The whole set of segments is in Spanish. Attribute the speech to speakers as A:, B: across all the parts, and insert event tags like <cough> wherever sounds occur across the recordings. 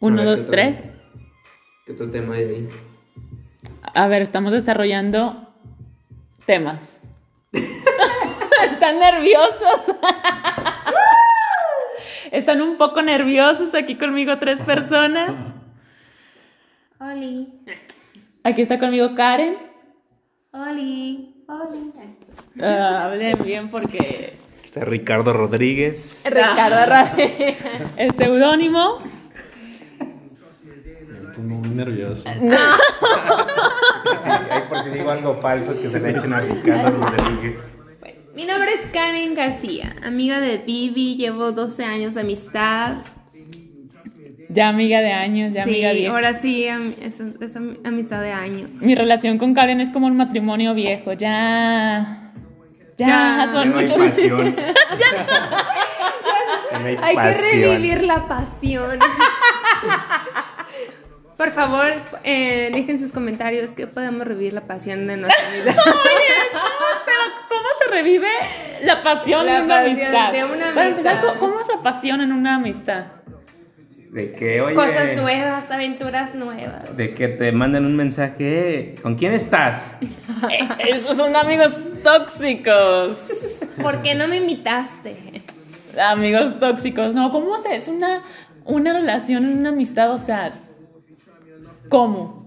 A: Uno,
B: A ver,
A: dos,
B: ¿qué otro-
A: tres.
B: ¿Qué otro tema hay ahí?
A: A ver, estamos desarrollando temas. <laughs> Están nerviosos. <laughs> Están un poco nerviosos aquí conmigo tres personas.
C: Oli,
A: Aquí está conmigo Karen.
C: Oli, Oli.
A: Ah, hablen bien porque
B: Aquí está Ricardo Rodríguez.
C: <laughs> Ricardo
A: <laughs>
C: Rodríguez.
A: el seudónimo.
D: Me
E: Pues
D: pongo muy nervioso.
E: Ah,
B: Sí, ahí por si digo algo falso que se le echen a Ricardo
A: <laughs>
B: Rodríguez.
C: Mi nombre es Karen García, amiga de Vivi, llevo 12 años de amistad.
A: Ya amiga de años, ya amiga
C: sí,
A: vieja.
C: ahora sí, am- es, es am- amistad de años.
A: Mi relación con Karen es como un matrimonio viejo. Ya. Ya,
C: Ya.
A: son
B: Ya no hay
A: muchos.
B: pasión.
A: <laughs>
B: Ya no hay
C: Hay que
B: pasión.
C: revivir la pasión. <laughs> Por favor, eh, dejen sus comentarios que podemos revivir la pasión de nuestra amistad.
A: Pero, ¿cómo se revive la pasión
C: La
A: de una
C: pasión
A: amistad?
C: de una
A: Para empezar,
C: amistad.
A: ¿cómo- ¿cómo se apasiona en una amistad?
B: De que, oye,
C: <laughs> Cosas nuevas, aventuras nuevas.
B: De que te mandan un mensaje, "Eh, ¿con quién estás?
A: Eh, Esos son amigos tóxicos.
C: ¿Por qué no me invitaste?
A: Amigos tóxicos, no, ¿cómo se es una, una relación, una amistad? O sea, ¿cómo?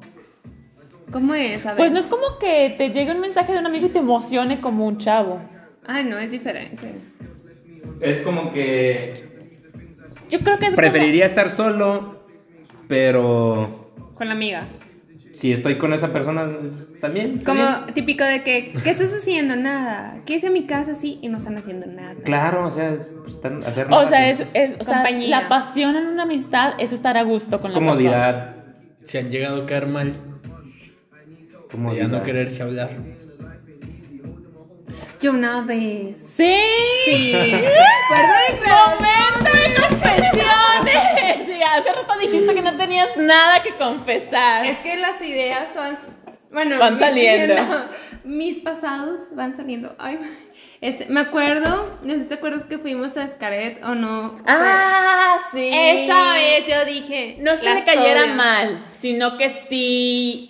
C: ¿Cómo es? A ver.
A: Pues no es como que te llegue un mensaje de un amigo y te emocione como un chavo.
C: Ah, no, es diferente.
B: Es como que
A: Yo creo que es como-
B: preferiría estar solo, pero
C: Con la amiga.
B: si estoy con esa persona también. está
C: Como
B: bien.
C: típico de que, ¿qué estás haciendo? Nada. ¿Qué hice en mi casa? Sí, y no están haciendo nada.
B: Claro, o sea, pues, están- hacer
A: O
B: nada,
A: sea,
B: pues,
A: es, es- o sea,
C: Compañía.
A: la pasión en una amistad es estar a gusto con
B: es
A: la persona.
B: comodidad.
D: Si han llegado a caer mal, de ya
B: comodidad.
D: no quererse hablar.
C: Yo una vez.
A: Sí. <laughs>
C: Sí. Recuerdo de cuando-
A: Momento de confesiones. Sí, hace rato dijiste que no tenías nada que confesar.
C: Es que las ideas van. Bueno,
A: Van
C: mis-
A: saliendo.
C: <laughs> no, mis pasados van saliendo. Ay, este, me acuerdo, no sé si te acuerdas que fuimos a Escaret o no.
A: Ah, sí.
C: Esa vez yo dije.
A: No es que
C: las
A: le cayera
C: odio.
A: mal, sino que sí.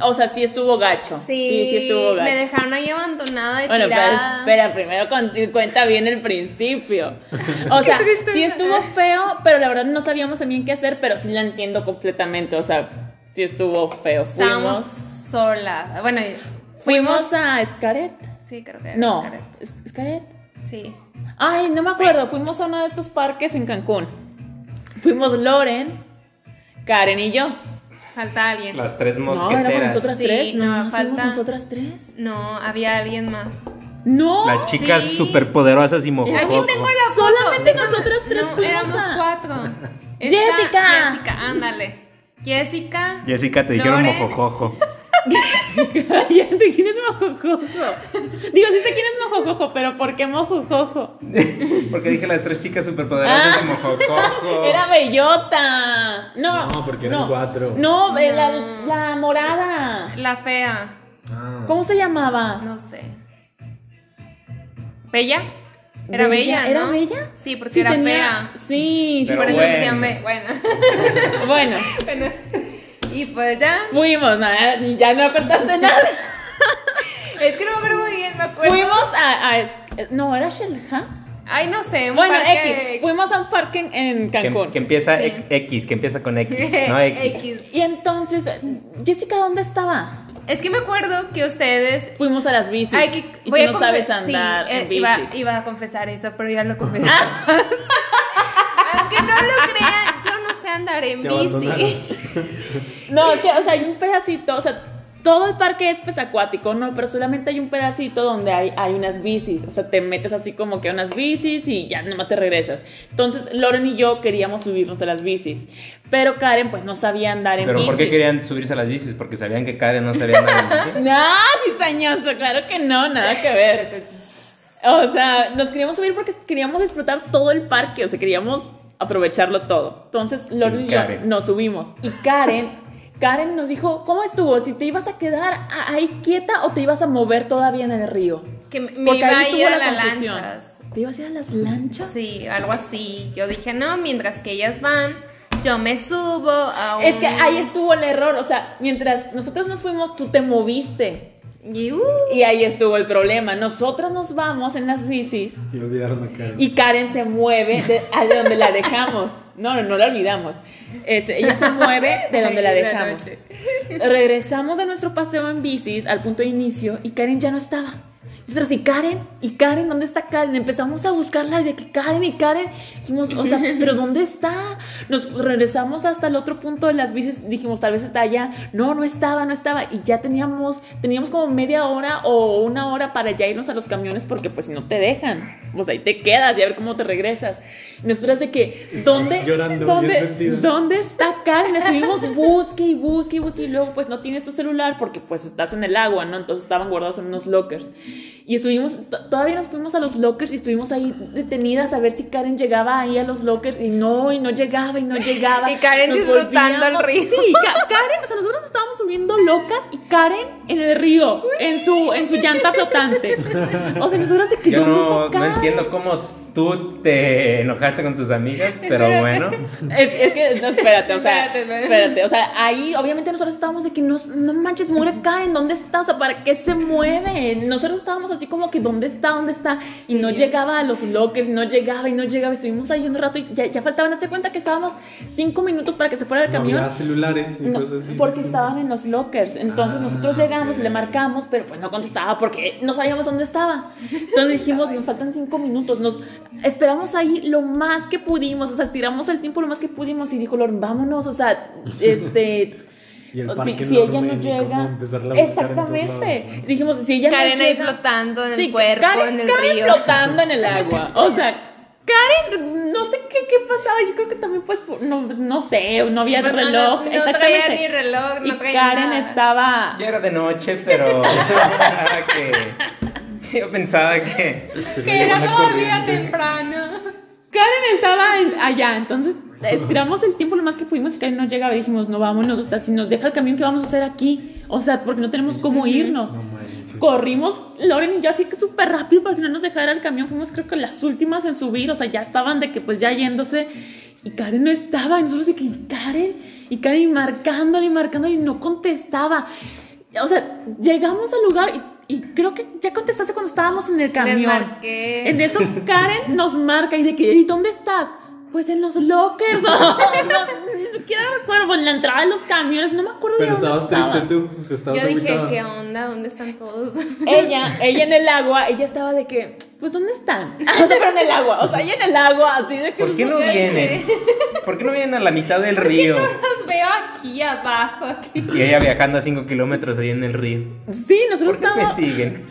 A: O sea, sí estuvo gacho.
C: Sí,
A: sí, sí estuvo gacho.
C: me dejaron ahí abandonada y
A: bueno, pero
C: tirada.
A: espera, primero con- cuenta bien el principio. <laughs> O sea,
C: triste.
A: sí estuvo feo, pero la verdad no sabíamos bien qué hacer, pero sí la entiendo completamente. O sea, sí estuvo feo.
C: Estábamos
A: Fuimos,
C: solas. Bueno,
A: fuimos a Escaret.
C: Sí, creo que era
A: No,
C: Xcaret.
A: ¿Es- Xcaret.
C: Sí.
A: Ay, no me acuerdo. Fuimos a uno de estos parques en Cancún. Fuimos Loren, Karen y yo.
C: Falta alguien.
B: Las tres
A: No, éramos
B: mosqueteras.
A: nosotras
C: Sí,
A: tres.
C: no,
A: No, somos
C: falta-
A: nosotras tres.
C: No, había alguien más.
A: No. <laughs>
B: Las chicas
C: sí.
B: superpoderosas y mojojojo.
C: Aquí tengo la foto.
A: Solamente nosotras tres
C: No,
A: fuimos
C: éramos
A: a-
C: cuatro.
A: <laughs> Jessica.
C: Jessica, ándale. Jessica.
B: Jessica, te dijeron
C: Loren.
B: mojojojo.
A: Cállate, ¿quién es Mojojojo? Digo, sí sé quién es Mojojojo, pero ¿por qué Mojojojo?
B: <laughs> Porque dije las tres chicas superpoderosas
A: Ah.
B: y
A: <laughs>
B: mojojojo.
A: Era Bellota. No.
D: No, porque eran cuatro.
A: No, eh, La, la morada.
C: La fea.
D: Ah.
A: ¿Cómo se llamaba?
C: No sé. ¿Bella? Era bella,
A: ¿Era
C: ¿no?
A: bella?
C: Sí, porque
A: Sí,
C: era
A: tenía-
C: fea.
A: Sí, sí.
B: Pero
C: Por eso
B: bueno.
C: me decían Be- Bueno. <laughs>
A: Bueno,
C: bueno. Y pues ya.
A: fuimos, nada, ya no
C: <laughs>
A: contaste nada.
C: Es que no me acuerdo muy bien, me acuerdo.
A: Fuimos a. a es- no, era Shelha.
C: Ay, no sé. un
A: Bueno,
C: parque- <laughs>
A: X. Fuimos a un parque en, en
B: Que,
A: Cancún.
B: que empieza e- X, que empieza con
C: <laughs>
B: X, no X.
A: Y entonces, Jessica, ¿dónde estaba?
C: Es que me acuerdo que ustedes.
A: Fuimos a las bicis.
C: Ay, que-
A: y tú
C: voy a
A: no
C: confe-
A: sabes
C: sí,
A: andar
C: eh,
A: en Ah. bicis.
C: iba, iba a confesar eso, pero ya lo confesé. Aunque no lo crean, yo no sé andar en
D: Te
C: bici.
D: abandonaron.
A: No, es que, o sea, hay un pedacito, o sea, todo el parque es pesacuático, no, pero solamente hay un pedacito donde hay, hay unas bicis, o sea, te metes así como que a unas bicis y ya nomás te regresas. Entonces, Loren y yo queríamos subirnos a las bicis, pero Karen pues no sabía andar en
B: Pero
A: bici.
B: ¿por qué querían subirse a las bicis? Porque sabían que Karen no sabía
A: <laughs>
B: nada de bici.
A: No, cizañoso, claro que no, nada que ver. O sea, nos queríamos subir porque queríamos disfrutar todo el parque, o sea, queríamos aprovecharlo todo. Entonces, Lori
B: Y
A: y yo
B: Karen.
A: nos subimos. Y Karen, Karen nos dijo, ¿cómo estuvo? ¿Si te ibas a quedar a- ahí quieta o te ibas a mover todavía en el río?
C: Que me
A: Porque
C: iba
A: ahí
C: a ir
A: estuvo la
C: a las
A: confusión.
C: lanchas.
A: ¿Te ibas a ir a las lanchas?
C: Sí, algo así. Yo dije, no, mientras que ellas van, yo me subo a un...
A: Es que ahí estuvo el error, o sea, mientras nosotros nos fuimos, tú te moviste.
C: Y, uh,
A: Y ahí estuvo el problema. Nosotros nos vamos en las bicis
E: Y olvidaron a Karen.
A: y Karen se mueve de, a de donde la dejamos. No, no la olvidamos. Este, ella se mueve de
C: <laughs>
A: donde la
C: Ay, la
A: dejamos.
C: noche.
A: Regresamos de nuestro paseo en bicis al punto de inicio y Karen ya no estaba. Nosotros, ¿y Karen? ¿Y Karen? ¿Dónde está Karen? Empezamos a buscarla de que Karen y Karen. Dijimos, o sea, ¿pero dónde está? Nos regresamos hasta el otro punto de las bicis. Dijimos, tal vez está allá. No, no estaba, no estaba. Y ya teníamos, teníamos como media hora o una hora para ya irnos a los camiones porque pues no te dejan. Pues ahí te quedas y a ver cómo te regresas. Nosotros de que, ¿dónde?
E: llorando, bien
A: ¿Dónde?
E: sentido.
A: ¿Dónde está Karen? Estuvimos busque y busque y busque y luego pues no tienes tu celular porque pues estás en el agua, ¿no? Entonces estaban guardados en unos lockers. Y estuvimos, to- todavía nos fuimos a los lockers y estuvimos ahí detenidas a ver si Karen llegaba ahí a los lockers y no, y no llegaba y no llegaba.
C: <laughs> Y Karen
A: Nos
C: disfrutando el
A: volvíamos-
C: río.
A: Sí, Ka- Karen, o sea, nosotros nos estábamos subiendo locas y Karen en el río, en su, en su llanta flotante. O sea, nosotros de que
B: Yo
A: ¿dónde
B: no,
A: está
B: no
A: Karen?
B: entiendo cómo tú te enojaste con tus amigas, pero bueno.
A: Es, es que, no, espérate, o sea,
C: Espérate, espérate.
A: espérate, o sea, ahí obviamente nosotros estábamos de que no, no manches, muere acá, ¿en dónde está? O sea, ¿para qué se mueve? Nosotros estábamos así como que, ¿dónde está? ¿Dónde está? Y no llegaba a los lockers, no llegaba y no llegaba, estuvimos ahí un rato y ya, ya faltaban, hace cuenta que estábamos cinco minutos para que se fuera el
E: No
A: camión.
E: había celulares ni
A: No,
E: cosas así.
A: porque estaban en los lockers. Entonces
E: Ah,
A: nosotros llegamos,
E: ok.
A: le marcamos, pero pues no contestaba porque no sabíamos dónde estaba. Entonces dijimos, nos faltan cinco minutos. Nos esperamos ahí lo más que pudimos. O sea, estiramos el tiempo lo más que pudimos. Y dijo, Lorn, vámonos. O sea, este.
E: <laughs> Y el
A: o-
E: parque
A: si, si ella
E: enorme,
A: no
E: ni cómo
A: llega.
E: empezarla a buscar en todos
A: Exactamente.
E: lados, ¿no?
A: Dijimos, si ella
C: Karen
A: no
C: ahí
A: llega.
C: flotando en el
A: Sí,
C: cuerpo,
A: Karen-
C: en el
A: Karen
C: río.
A: flotando
C: <laughs>
A: en el agua. O sea. Karen, no sé qué, qué pasaba. Yo creo que también, pues, por- no, no sé, no había
C: No, no,
A: reloj.
C: no
A: exactamente.
C: traía ni reloj, no
A: y
C: traía
A: Karen
C: nada.
A: estaba.
B: Ya era de noche, pero. <laughs> que- yo pensaba que.
C: Que era
E: Una
C: todavía
E: corriente.
C: temprano.
A: Karen estaba en- allá, entonces eh, tiramos el tiempo lo más que pudimos y Karen no llegaba. Y dijimos, no vámonos, o sea, si nos deja el camión, ¿qué vamos a hacer aquí? O sea, porque no tenemos cómo irnos.
E: No manches.
A: Corrimos, Loren y yo así que súper rápido para que no nos dejara el camión. Fuimos, creo que las últimas en subir, o sea, ya estaban de que pues ya yéndose. Y Karen no estaba, y nosotros de que "¿Y Karen, y Karen y marcándole y marcándole y no contestaba. O sea, llegamos al lugar y, y creo que ya contestaste cuando estábamos en el camión.
C: marqué.
A: En eso Karen nos marca y de que, ¿y dónde estás? Pues en los lockers. <laughs> No, ni siquiera recuerdo, en la entrada de los camiones, no me acuerdo
E: Pero
A: de dónde
E: estabas
A: estaba.
E: triste tú. O sea, estabas
C: Yo dije,
E: agüitada.
C: ¿qué onda? ¿Dónde están todos?
A: ella, ella en el agua, ella estaba de que, pues ¿dónde están? O sea, pero en el agua, o sea, ella en el agua, así de que.
B: ¿Por qué no
C: Yo dije-
B: vienen? ¿Por qué no vienen a la mitad del
C: <laughs>
B: río?
C: Los veo aquí abajo, aquí.
B: Y ella viajando a 5 kilómetros ahí en el río.
A: Sí, nosotros
B: ¿Por qué me
A: estábamos.
B: siguen?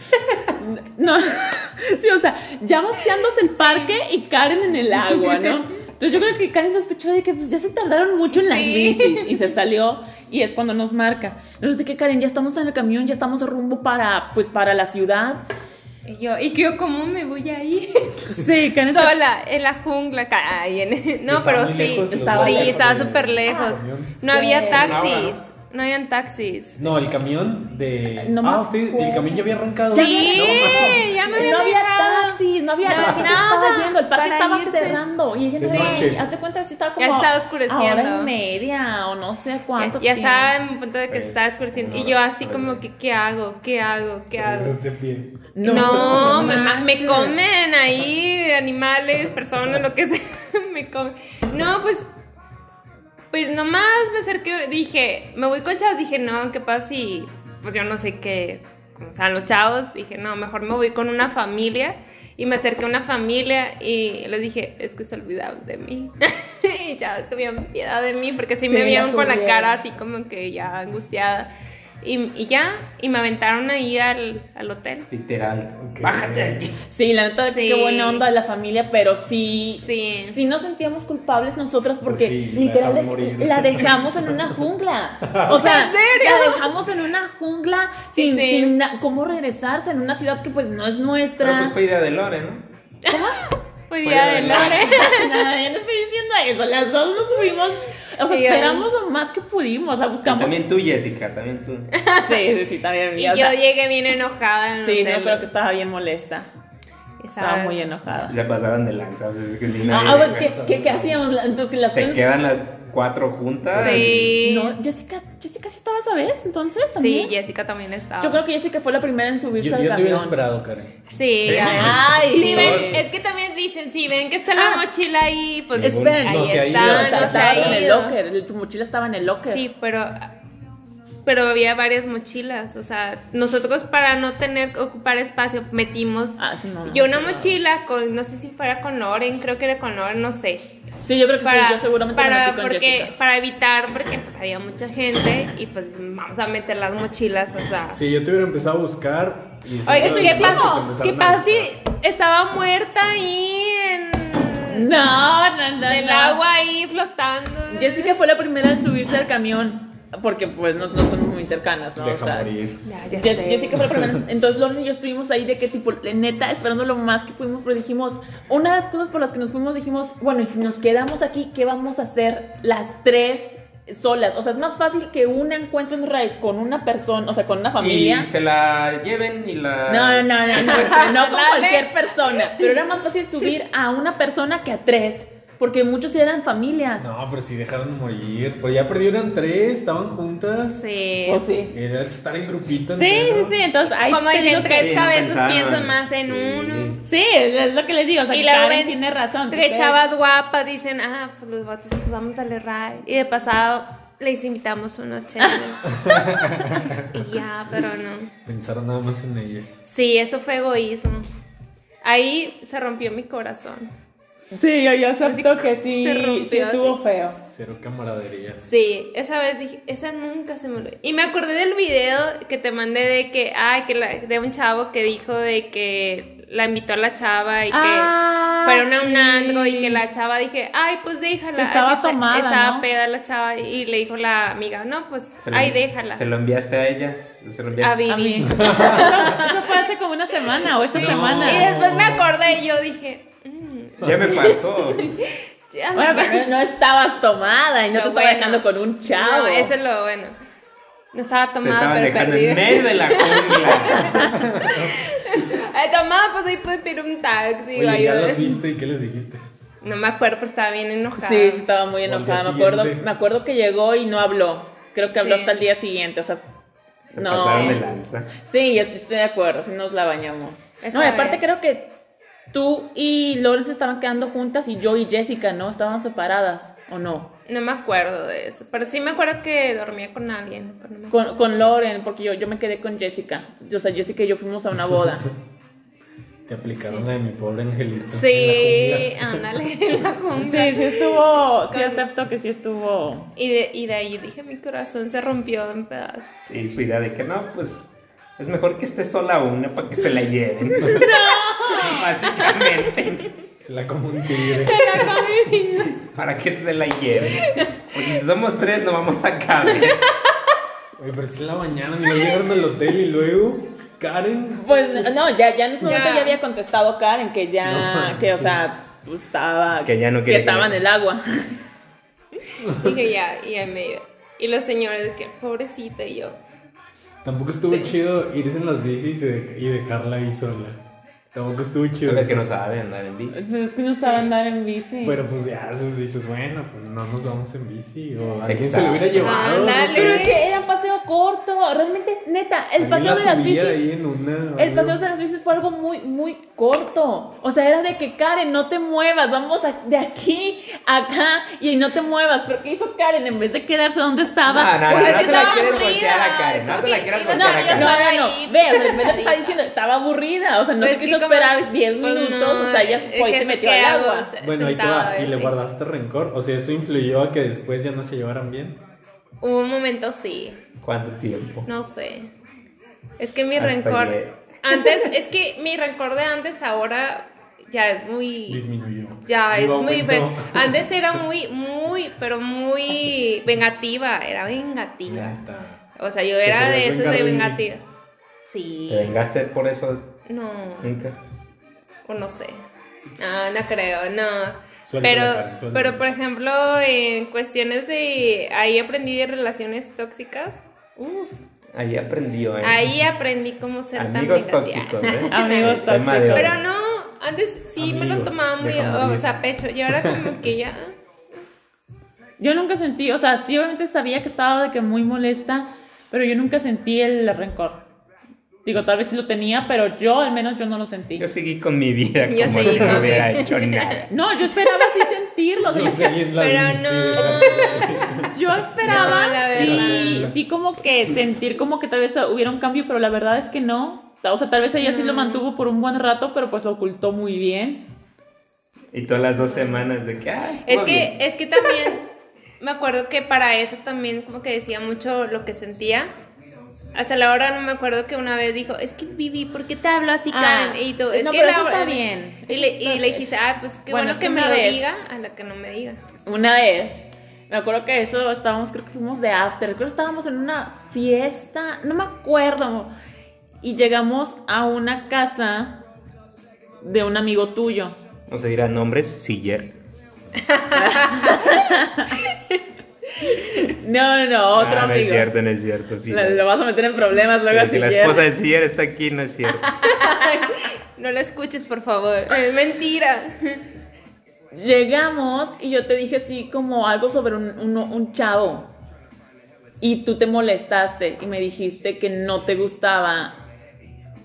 A: No, <laughs> sí, o sea, ya vaciándose el parque y Karen en el agua, ¿no? Entonces yo creo que Karen sospechó de que pues, ya se tardaron mucho en las
C: Sí.
A: bicis y se salió y es cuando nos marca. Entonces de que Karen, ya estamos en el camión, ya estamos rumbo para, pues, para la ciudad.
C: Y yo, ¿y yo cómo me voy ahí?
A: Sí, Karen está-
C: Sola, en la jungla, acá, ahí en- No,
E: Estaba
C: pero
E: muy
C: sí.
E: lejos, Ah.
A: estaba
C: sí,
A: lejos
C: estaba
E: de-
C: súper
E: del
C: lejos.
E: camión.
C: No había
A: Sí.
C: taxis. No habían taxis.
E: No, el camión de.
A: No me
E: ah, usted, el
A: acuerdo.
E: camión ya había arrancado.
C: Sí, ya me
A: <laughs>
C: había
A: No había
C: dejado.
A: taxis, no había
C: No,
A: nada. ella
C: nada
A: estaba yendo, el parque
C: para
A: estaba
C: irse.
A: cerrando. Y ella
E: De
A: estaba
E: noche.
A: ahí, hace cuenta que estaba
C: Ya
A: como.
C: estaba oscureciendo.
A: a hora y media o no sé cuánto.
C: Ya, ya
A: tiempo.
C: estaba en punto
E: Pues,
C: de que se
B: Eh,
C: estaba escureciendo. Y
B: una
C: yo
B: hora,
C: así
B: una
C: como
B: hora.
C: que, ¿qué hago? ¿Qué hago? ¿Qué hago?
E: De pie.
C: No,
A: No,
C: me, ma- me
A: manches.
C: comen ahí animales, personas, lo que sea. <laughs> Me comen. No, pues. Pues nomás me acerqué, dije, me voy con chavos. Dije, no, ¿qué pasa si.? Pues yo no sé qué. Como sean los chavos. Dije, no, mejor me voy con una familia. Y me acerqué a una familia y les dije, es que se olvidaron de mí. <laughs> y ya tuvieron piedad de mí porque sí,
A: Sí,
C: me vieron
A: las
C: con la
A: hubieron.
C: cara así como que ya angustiada. Y, y ya, y me aventaron ahí al, al hotel.
B: Literal.
E: Ok.
B: Bájate de aquí.
A: Sí, la neta,
C: Sí.
A: qué buena onda de la familia, pero sí.
C: Sí.
A: Sí, nos sentíamos culpables nosotras porque
E: Pues sí, la
A: literal
E: dejaron morir.
A: la dejamos en una
C: <laughs>
A: jungla. O sea,
C: ¿En serio?
A: la dejamos en una jungla
C: Sí,
A: sin,
C: sí.
A: sin na- cómo regresarse en una ciudad que pues no es nuestra.
E: Ah,
B: Pero pues fue idea de Lore, ¿no?
C: Fue
B: Fue
C: día
B: día
C: Pues de
B: de
C: Lore.
A: <laughs> Nada, yo no estoy diciendo eso. Las dos nos fuimos. O sea,
C: Sí,
A: esperamos lo más que pudimos. O sea,
B: Y
A: buscamos.
B: también tú, Jessica, también tú.
A: <laughs> Sí, sí, sí, también.
C: Y
A: amiga, o sea,
C: yo llegué bien enojada en el
A: sí,
C: hotel.
A: no, pero que estaba bien molesta. Estaba
C: ¿Sabes?
A: muy enojada.
B: Se pasaron de lanza. pues, es que si
A: Ah,
B: nadie-
A: ah, pues, ¿qué, qué, qué hacíamos? Entonces, que las
B: Se
A: tres-
B: quedan las cuatro juntas.
C: Sí.
A: No, Jessica, Jessica sí estaba esa vez, entonces
C: sí,
A: también.
C: Jessica también estaba.
A: Yo creo que Jessica fue la primera en subirse
E: Yo,
A: al
E: yo te hubiera
A: camión.
E: esperado, Karen.
C: Sí, además.
A: Ay,
C: Sí, ven,
B: Ay.
C: es que también dicen, si ven que está la
A: Ah.
C: mochila ahí, pues
A: Esperen.
C: ahí
E: No se ha ido.
C: está,
A: O sea,
C: no se
A: estaba en
C: ha
A: el
C: ido.
A: locker, el- tu mochila estaba en el locker.
C: Sí, pero, pero había varias mochilas. O sea, nosotros para no tener que ocupar espacio metimos
A: Ah, sí, no, no.
C: yo una mochila con, no sé si fuera con Oren, creo que era con Oren, no sé.
A: Sí, yo creo que sí, yo seguramente me
C: para,
A: metí con
C: porque,
A: Jessica.
C: para evitar, porque pues había mucha gente y pues vamos a meter las mochilas, o sea.
E: Sí, yo te hubiera empezado a buscar. Y
C: Oiga,
E: seguro
C: ¿qué
E: te
C: pasa?
E: empezaron
C: ¿Qué
E: a
C: pasa si
E: buscar.
C: estaba muerta ahí en,
A: No, no, no.
C: en el
A: no.
C: agua ahí flotando?
A: Jessica fue la primera en subirse al camión. Porque pues no, no son muy cercanas, ¿no?
E: Deja
A: o sea,
E: morir.
C: Ya, ya
A: Jess-
C: sé.
A: Jessica fue la primera. Entonces Lorna y yo estuvimos ahí de que tipo, neta, esperando lo más que pudimos, pero dijimos, una de las cosas por las que nos fuimos, dijimos, bueno, y si nos quedamos aquí, ¿qué vamos a hacer las tres solas? O sea, es más fácil que una encuentre un raid con una persona, o sea, con una familia.
B: Y se la lleven y la.
A: No, no, no, no, no, no
C: <laughs>
A: con
C: Dale.
A: cualquier persona. Pero era más fácil subir a una persona que a tres, porque muchos eran familias.
E: No, pero si dejaron morir. Pues ya perdieron tres, estaban juntas.
C: Sí.
A: ¿O Pues sí?
E: Era estar en grupito.
A: Sí,
E: entero.
A: sí, sí, entonces ahí
C: Como
A: te digo
C: dicen,
A: que-
C: tres
B: Sí, no
C: cabezas
B: pensaron.
C: piensan más en uno.
B: Sí.
A: Sí, es lo que les digo, o sea,
C: Y
A: que
C: luego
A: Karen
C: ven
A: tiene razón.
C: Tres
A: ustedes-
C: chavas guapas dicen, ah, pues los vatos, pues vamos a darle ray. Y de pasado les invitamos unos chelas. y ya, pero no.
E: Pensaron nada más en ella.
C: Sí, eso fue egoísmo. Ahí se rompió mi corazón.
A: Sí, yo, yo acepto que sí,
C: Se rompió
A: sí estuvo
C: así.
A: feo.
E: Cero camaradería.
C: Sí, esa vez dije, esa nunca se me olvidó. Y me acordé del video que te mandé de que, ay, que la- de un chavo que dijo de que la invitó a la chava y que
A: Ah,
C: fueron a un
A: sí.
C: andro y que la chava dije, ay, pues déjala.
A: Estaba
C: Así se-
A: tomada,
C: Estaba
A: ¿no?
C: peda la chava y le dijo la amiga, no, pues,
B: Se lo-
C: ay, déjala.
B: Se lo enviaste a ella. Se lo
C: A
B: enviaste.
A: A
C: Vivi.
A: mí. <laughs> Eso fue hace como una semana o esta
E: No.
C: Y
A: semana.
C: después me acordé y yo dije, mm,
B: Ya me
C: <laughs>
B: pasó.
C: ya me <laughs>
A: Bueno, pero no estabas tomada y no
C: Lo
A: te estaba
C: bueno.
A: dejando con un chavo.
C: No, eso es lo bueno. No estaba
B: Te
C: tomada,
B: estaban
C: pero
B: dejando
C: perdida.
B: en
C: <laughs>
B: medio de la jungla.
C: Eh, tomada, pues ahí pude pedir un taxi. o
E: Oye, ¿ya
C: ayuda.
E: las viste y qué les dijiste?
C: No me acuerdo, pero estaba bien enojada.
A: Sí, sí, estaba muy
E: O al día
A: enojada. Me acuerdo,
E: siguiente.
A: me acuerdo que llegó y no habló. Creo que habló
C: Sí.
A: hasta el día siguiente. O sea,
B: Se
A: no.
B: pasaron de lanza.
A: Sí, yo estoy de acuerdo, sí nos la bañamos.
C: Esa
A: no, y aparte
C: vez.
A: creo que tú y Lawrence estaban quedando juntas y yo y Jessica, ¿no? Estaban separadas, ¿o no?
C: No me acuerdo de eso. Pero sí me acuerdo que dormía con alguien. pero no me acuerdo.
A: Con, con Lauren, porque yo, yo me quedé con Jessica. O sea, Jessica y yo fuimos a una boda.
E: Te aplicaron la de mi pobre angelito.
C: Sí,
E: en la jungla.
C: ándale, <laughs> en la
A: <laughs> Sí,
C: jungla.
A: sí estuvo, sí
C: Con-
A: acepto que sí estuvo.
C: Y, de, y de ahí dije, mi corazón se rompió en
A: <laughs>
C: pedazos.
B: Sí, su idea de que no, pues es mejor que esté sola una para que se la
C: <laughs>
B: lleven. Básicamente,
E: Se la como un tigre.
C: Era con mi vida.
B: para que se la lleven. Porque si somos tres, no vamos a caber.
E: Oye, pero es en la mañana, no llegaron al hotel y luego Karen.
A: Pues no, ya, ya en ese momento
C: Ya.
A: ya, había contestado Karen que ya,
E: No,
A: que o
E: sí.
A: sea, pues, estaba,
B: Que ya no
A: que
B: quería
A: estaba en
B: que-
A: el agua.
C: Dije, ya, y ahí me iba. Y los señores, de que pobrecita, y yo.
E: Tampoco estuvo
C: Sí.
E: chido irse en las bicis y, de- y dejarla ahí sola. Tampoco estuvo chido.
B: Es que no sabe andar en bici.
A: Pues, Es que no sabe andar en bici.
E: Pero pues ya eso dices, bueno, pues no nos vamos en bici. O
B: Exacto.
E: alguien se lo hubiera llevado. no
C: Ándale.
A: Pero
E: sé.
A: es que era un paseo corto, realmente, neta, el
E: Alguien
A: paseo
E: la
A: de las
E: subía
A: bicis.
E: ahí en una-
A: El paseo de las bicis fue algo muy, muy corto. O sea, era de que Karen, no te muevas, vamos a- de aquí a acá y no te muevas. Pero ¿qué hizo Karen en vez de quedarse donde estaba?
B: No, no,
A: Pues,
B: no,
C: es que
B: te la
C: estaba
B: quieres
C: aburrida,
B: voltear a Karen,
C: es
B: no
C: como
B: te la
C: que
B: quieres
C: iba-
B: voltear
A: no,
B: a Karen.
A: no,
C: estaba
A: no,
C: ahí,
A: no. Ve, o sea,
C: pues,
A: en vez de
C: <laughs>
A: estar
C: ahí.
A: diciendo, estaba aburrida. O sea, no
C: Pues
A: se
C: que
A: quiso
C: como-
A: esperar 10
C: pues,
A: minutos.
C: no,
A: o sea, ella
C: es
A: fue y
C: que
A: se metió
C: ¿qué
A: al
C: hago?
A: agua.
C: Se-
E: Bueno, ahí te
C: sentado,
E: va. ¿Y le
C: sí.
E: guardaste rencor? O sea, eso influyó a que después ya no se llevaran bien.
C: Hubo un momento, sí.
B: ¿Cuánto tiempo?
C: No sé. Es que mi
B: Hasta
C: rencor.
B: ayer.
C: Antes, es que mi rencor de antes ahora ya es muy.
E: Disminuyó.
C: Ya es
E: Digo,
C: muy.
E: aumentó.
C: diferente. Antes era muy, muy, pero muy vengativa. Era vengativa.
E: Neta.
C: O sea, yo era de
E: podías
C: esas
E: vengar
C: de
E: de mí.
C: vengativa.
B: ¿Te
C: Sí.
B: vengaste por eso
C: No.
B: nunca?
C: O no sé. No, no creo, no.
E: Suéltala,
C: pero,
E: Karen, suéltala.
C: pero, por ejemplo, en cuestiones de. Ahí aprendí de relaciones tóxicas. Uf.
B: Ahí aprendió, ¿eh?
C: Ahí aprendí cómo ser
B: Amigos
C: tan
B: tóxicos,
C: vengativa. <laughs>
B: ¿eh?
A: Amigos
B: El tema de hoy.
C: Pero no, antes sí me lo
E: Amigos,
C: tomaba muy
E: deja
B: <laughs>
E: morir.
C: o sea, a pecho. Y ahora como que ya.
A: Yo nunca sentí, o sea, sí obviamente sabía que estaba de que muy molesta, pero yo nunca sentí el rencor. Digo, tal vez sí lo tenía, pero yo al menos yo no lo sentí.
B: Yo seguí con mi vida
C: Yo
B: como
C: seguí
B: si
C: con
B: no
C: mi-
B: hubiera hecho nada.
A: No, yo esperaba sí
B: <laughs>
A: sentirlo. o sea,
E: Yo seguí en la
C: Pero
E: bici,
C: no.
E: ¿verdad?
A: Yo esperaba
C: No, la
A: sí,
C: verdad.
A: sí como que sentir como que tal vez hubiera un cambio, pero la verdad es que no. O sea, tal vez ella sí lo
C: Mm.
A: mantuvo por un buen rato, pero pues lo ocultó muy bien.
B: Y todas las dos semanas de que, ah,
C: Es
B: todo
C: que,
B: bien.
C: es que también me acuerdo que para eso también como que decía mucho lo que sentía. Hasta la hora no me acuerdo que una vez dijo, es que Vivi, ¿por qué te hablo así,
A: Ah,
C: Karen? y todo, es
A: no,
C: que
A: pero
C: la
A: eso
C: hora-
A: está bien.
C: Y le, y le dijiste, ah, pues qué
A: Bueno,
C: bueno,
A: es que
C: que me
A: una
C: lo
A: vez-
C: diga a la que no me diga.
A: Una vez, me acuerdo que eso estábamos, creo que fuimos de after, creo que estábamos en una fiesta, no me acuerdo. Y llegamos a una casa de un amigo tuyo.
B: No se dirán nombres, Siller.
A: No, no, no, otro
B: Ah, No
A: amigo.
B: es cierto, no es cierto. sí.
A: Lo, lo vas a meter en problemas luego
B: si
A: así.
B: la esposa de Siller está aquí, no es <laughs> cierto.
C: <laughs> No la escuches, por favor. Es mentira.
A: Llegamos y yo te dije así como algo sobre un, un- un chavo. Y tú te molestaste y me dijiste que no te gustaba.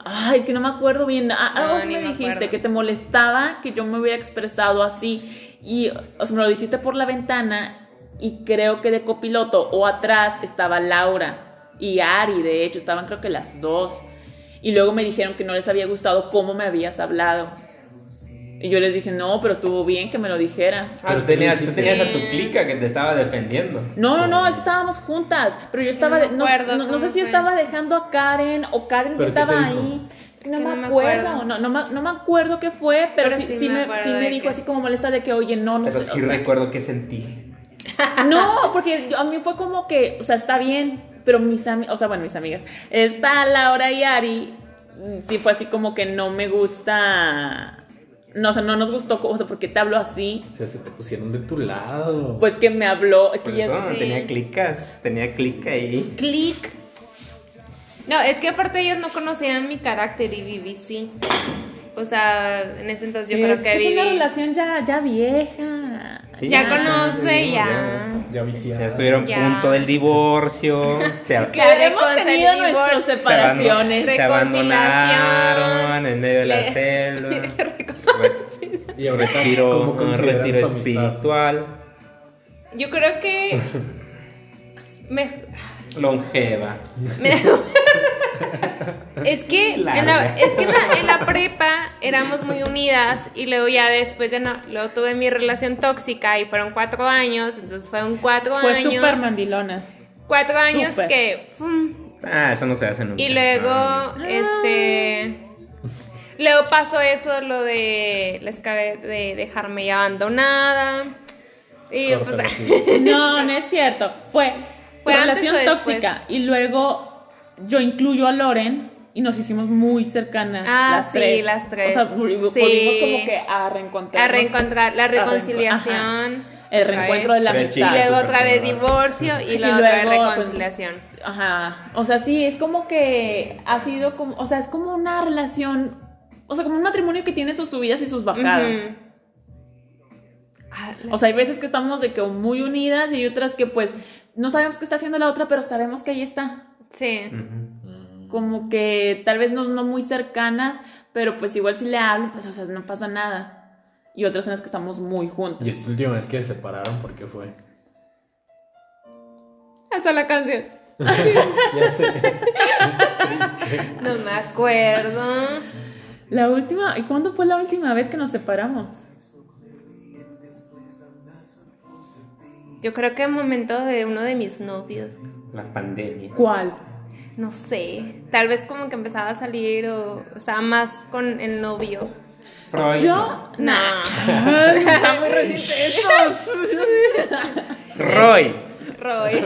A: Ay, es que no me acuerdo bien. A- Algo
C: No,
A: así
C: ni
A: me
C: me
A: dijiste,
C: acuerdo.
A: que te molestaba que yo me hubiera expresado así. Y, o sea, me lo dijiste por la ventana y creo que de copiloto o atrás estaba Laura y Ari, de hecho, estaban creo que las dos. Y luego me dijeron que no les había gustado cómo me habías hablado. Y yo les dije, no, pero estuvo bien que me lo dijera.
B: Ah, tú tenías, tú tenías a tu clica que te estaba defendiendo.
A: No, no, no, es que estábamos juntas, pero yo estaba,
C: no
A: de-
C: me
A: no,
C: acuerdo
A: no- no
C: cómo
A: sé si
C: fue.
A: estaba dejando a Karen o Karen que
E: ¿Pero qué te
A: estaba
E: dijo?
A: ahí. No,
C: que
A: me acuerdo, No, no, me, no me acuerdo qué fue, pero,
C: Pero
A: sí,
C: sí
A: sí
C: me
A: me,
C: acuerdo
A: sí me
C: de
A: dijo
C: que-
A: así como molesta de que, oye, no, no
B: Pero
A: sé,
B: sí
A: o sea,
B: recuerdo que sentí.
A: <laughs> No, porque yo- a mí fue como que, o sea, está bien, pero mis amigas, o sea, bueno, mis amigas, está Laura y Ari, mm, sí fue así como que no me gusta, no, o sea, no nos gustó, o sea, porque te hablo así,
E: O sea, se te pusieron de tu lado.
A: pues que me habló, es
B: Por
A: que ya
B: eso
C: sí.
B: tenía clicas, tenía clica ahí.
C: Clic. No, es que aparte ellas no conocían mi carácter y Vivi sí. O sea, en ese entonces yo
A: Sí,
C: creo
A: es
C: que
A: que es una
C: Vivi.
A: relación ya, ya vieja.
B: Sí,
C: Ya
B: ya,
C: conoce,
B: ya,
C: ya.
E: ya
B: Ya
E: viciada.
B: estuvieron
C: Ya.
B: punto del
A: <laughs>
B: divorcio. se,
A: Que
C: La
A: hemos tenido
C: reconciliación.
A: nuestras
B: se abandon-
A: separaciones.
B: se abandonaron
C: reconciliación,
B: en medio de la
C: le-
B: selva. <laughs> Re-
E: Y ahora está
B: retiro,
E: como
B: un
E: consideran
B: retiro
E: su amistad?
B: espiritual.
C: Yo
B: <laughs>
C: creo que. me-
B: Longeva.
C: me- es que, en la,
B: Larga.
C: es que en la, en la prepa éramos muy unidas y luego ya después ya no. Luego tuve mi relación tóxica y fueron cuatro años. Entonces fueron cuatro
A: Fue
C: años.
A: súper mandilona.
C: Cuatro años
A: Súper.
C: que. mm,
B: Ah, eso no se hace nunca.
C: Y luego,
B: No,
C: este. Luego pasó eso, lo de la escala de dejarme ya abandonada. Y yo, pues.
E: Córtale, sí.
A: No, no es cierto. Fue,
C: ¿Fue
A: tu
C: antes
A: relación
C: o después?
A: tóxica. Y luego yo incluyo a Loren y nos hicimos muy cercanas.
C: Ah,
A: las
C: sí,
A: tres.
C: las tres.
A: O sea, volvi- volvimos
C: Sí.
A: como que a reencontrarnos.
C: a reencontrar la
A: A reenco-
C: reconciliación.
A: Ajá. El reencuentro de la
B: Pero
C: Y
B: chido.
A: amistad.
C: luego
B: Súper
C: otra vez
B: padre.
C: divorcio y luego, otra vez reconciliación.
A: pues, ajá. O sea, sí, es como que ha sido como. O sea, es como una relación. O sea, como un matrimonio que tiene sus subidas y sus bajadas.
C: Ujú. Ah, la-
A: O sea, hay veces que estamos de que muy unidas y hay otras que pues no sabemos qué está haciendo la otra, pero sabemos que ahí está.
C: sí.
B: Ujú.
A: Como que tal vez no, no muy cercanas, pero pues igual si le hablo, pues o sea, no pasa nada. Y otras en las que estamos muy juntas.
E: Y esta última vez que se separaron, ¿por qué fue?
C: Hasta la canción.
E: Ya sé.
C: No me acuerdo.
A: La última, ¿y cuándo fue la última vez que nos separamos?
C: Yo creo que el momento de uno de mis novios.
B: La pandemia.
A: ¿Cuál?
C: No sé, tal vez como que empezaba a salir o estaba más con el novio.
B: Freud,
A: Yo,
C: No.
A: Ay, está muy reciente eso.
B: Roy.
C: Roy.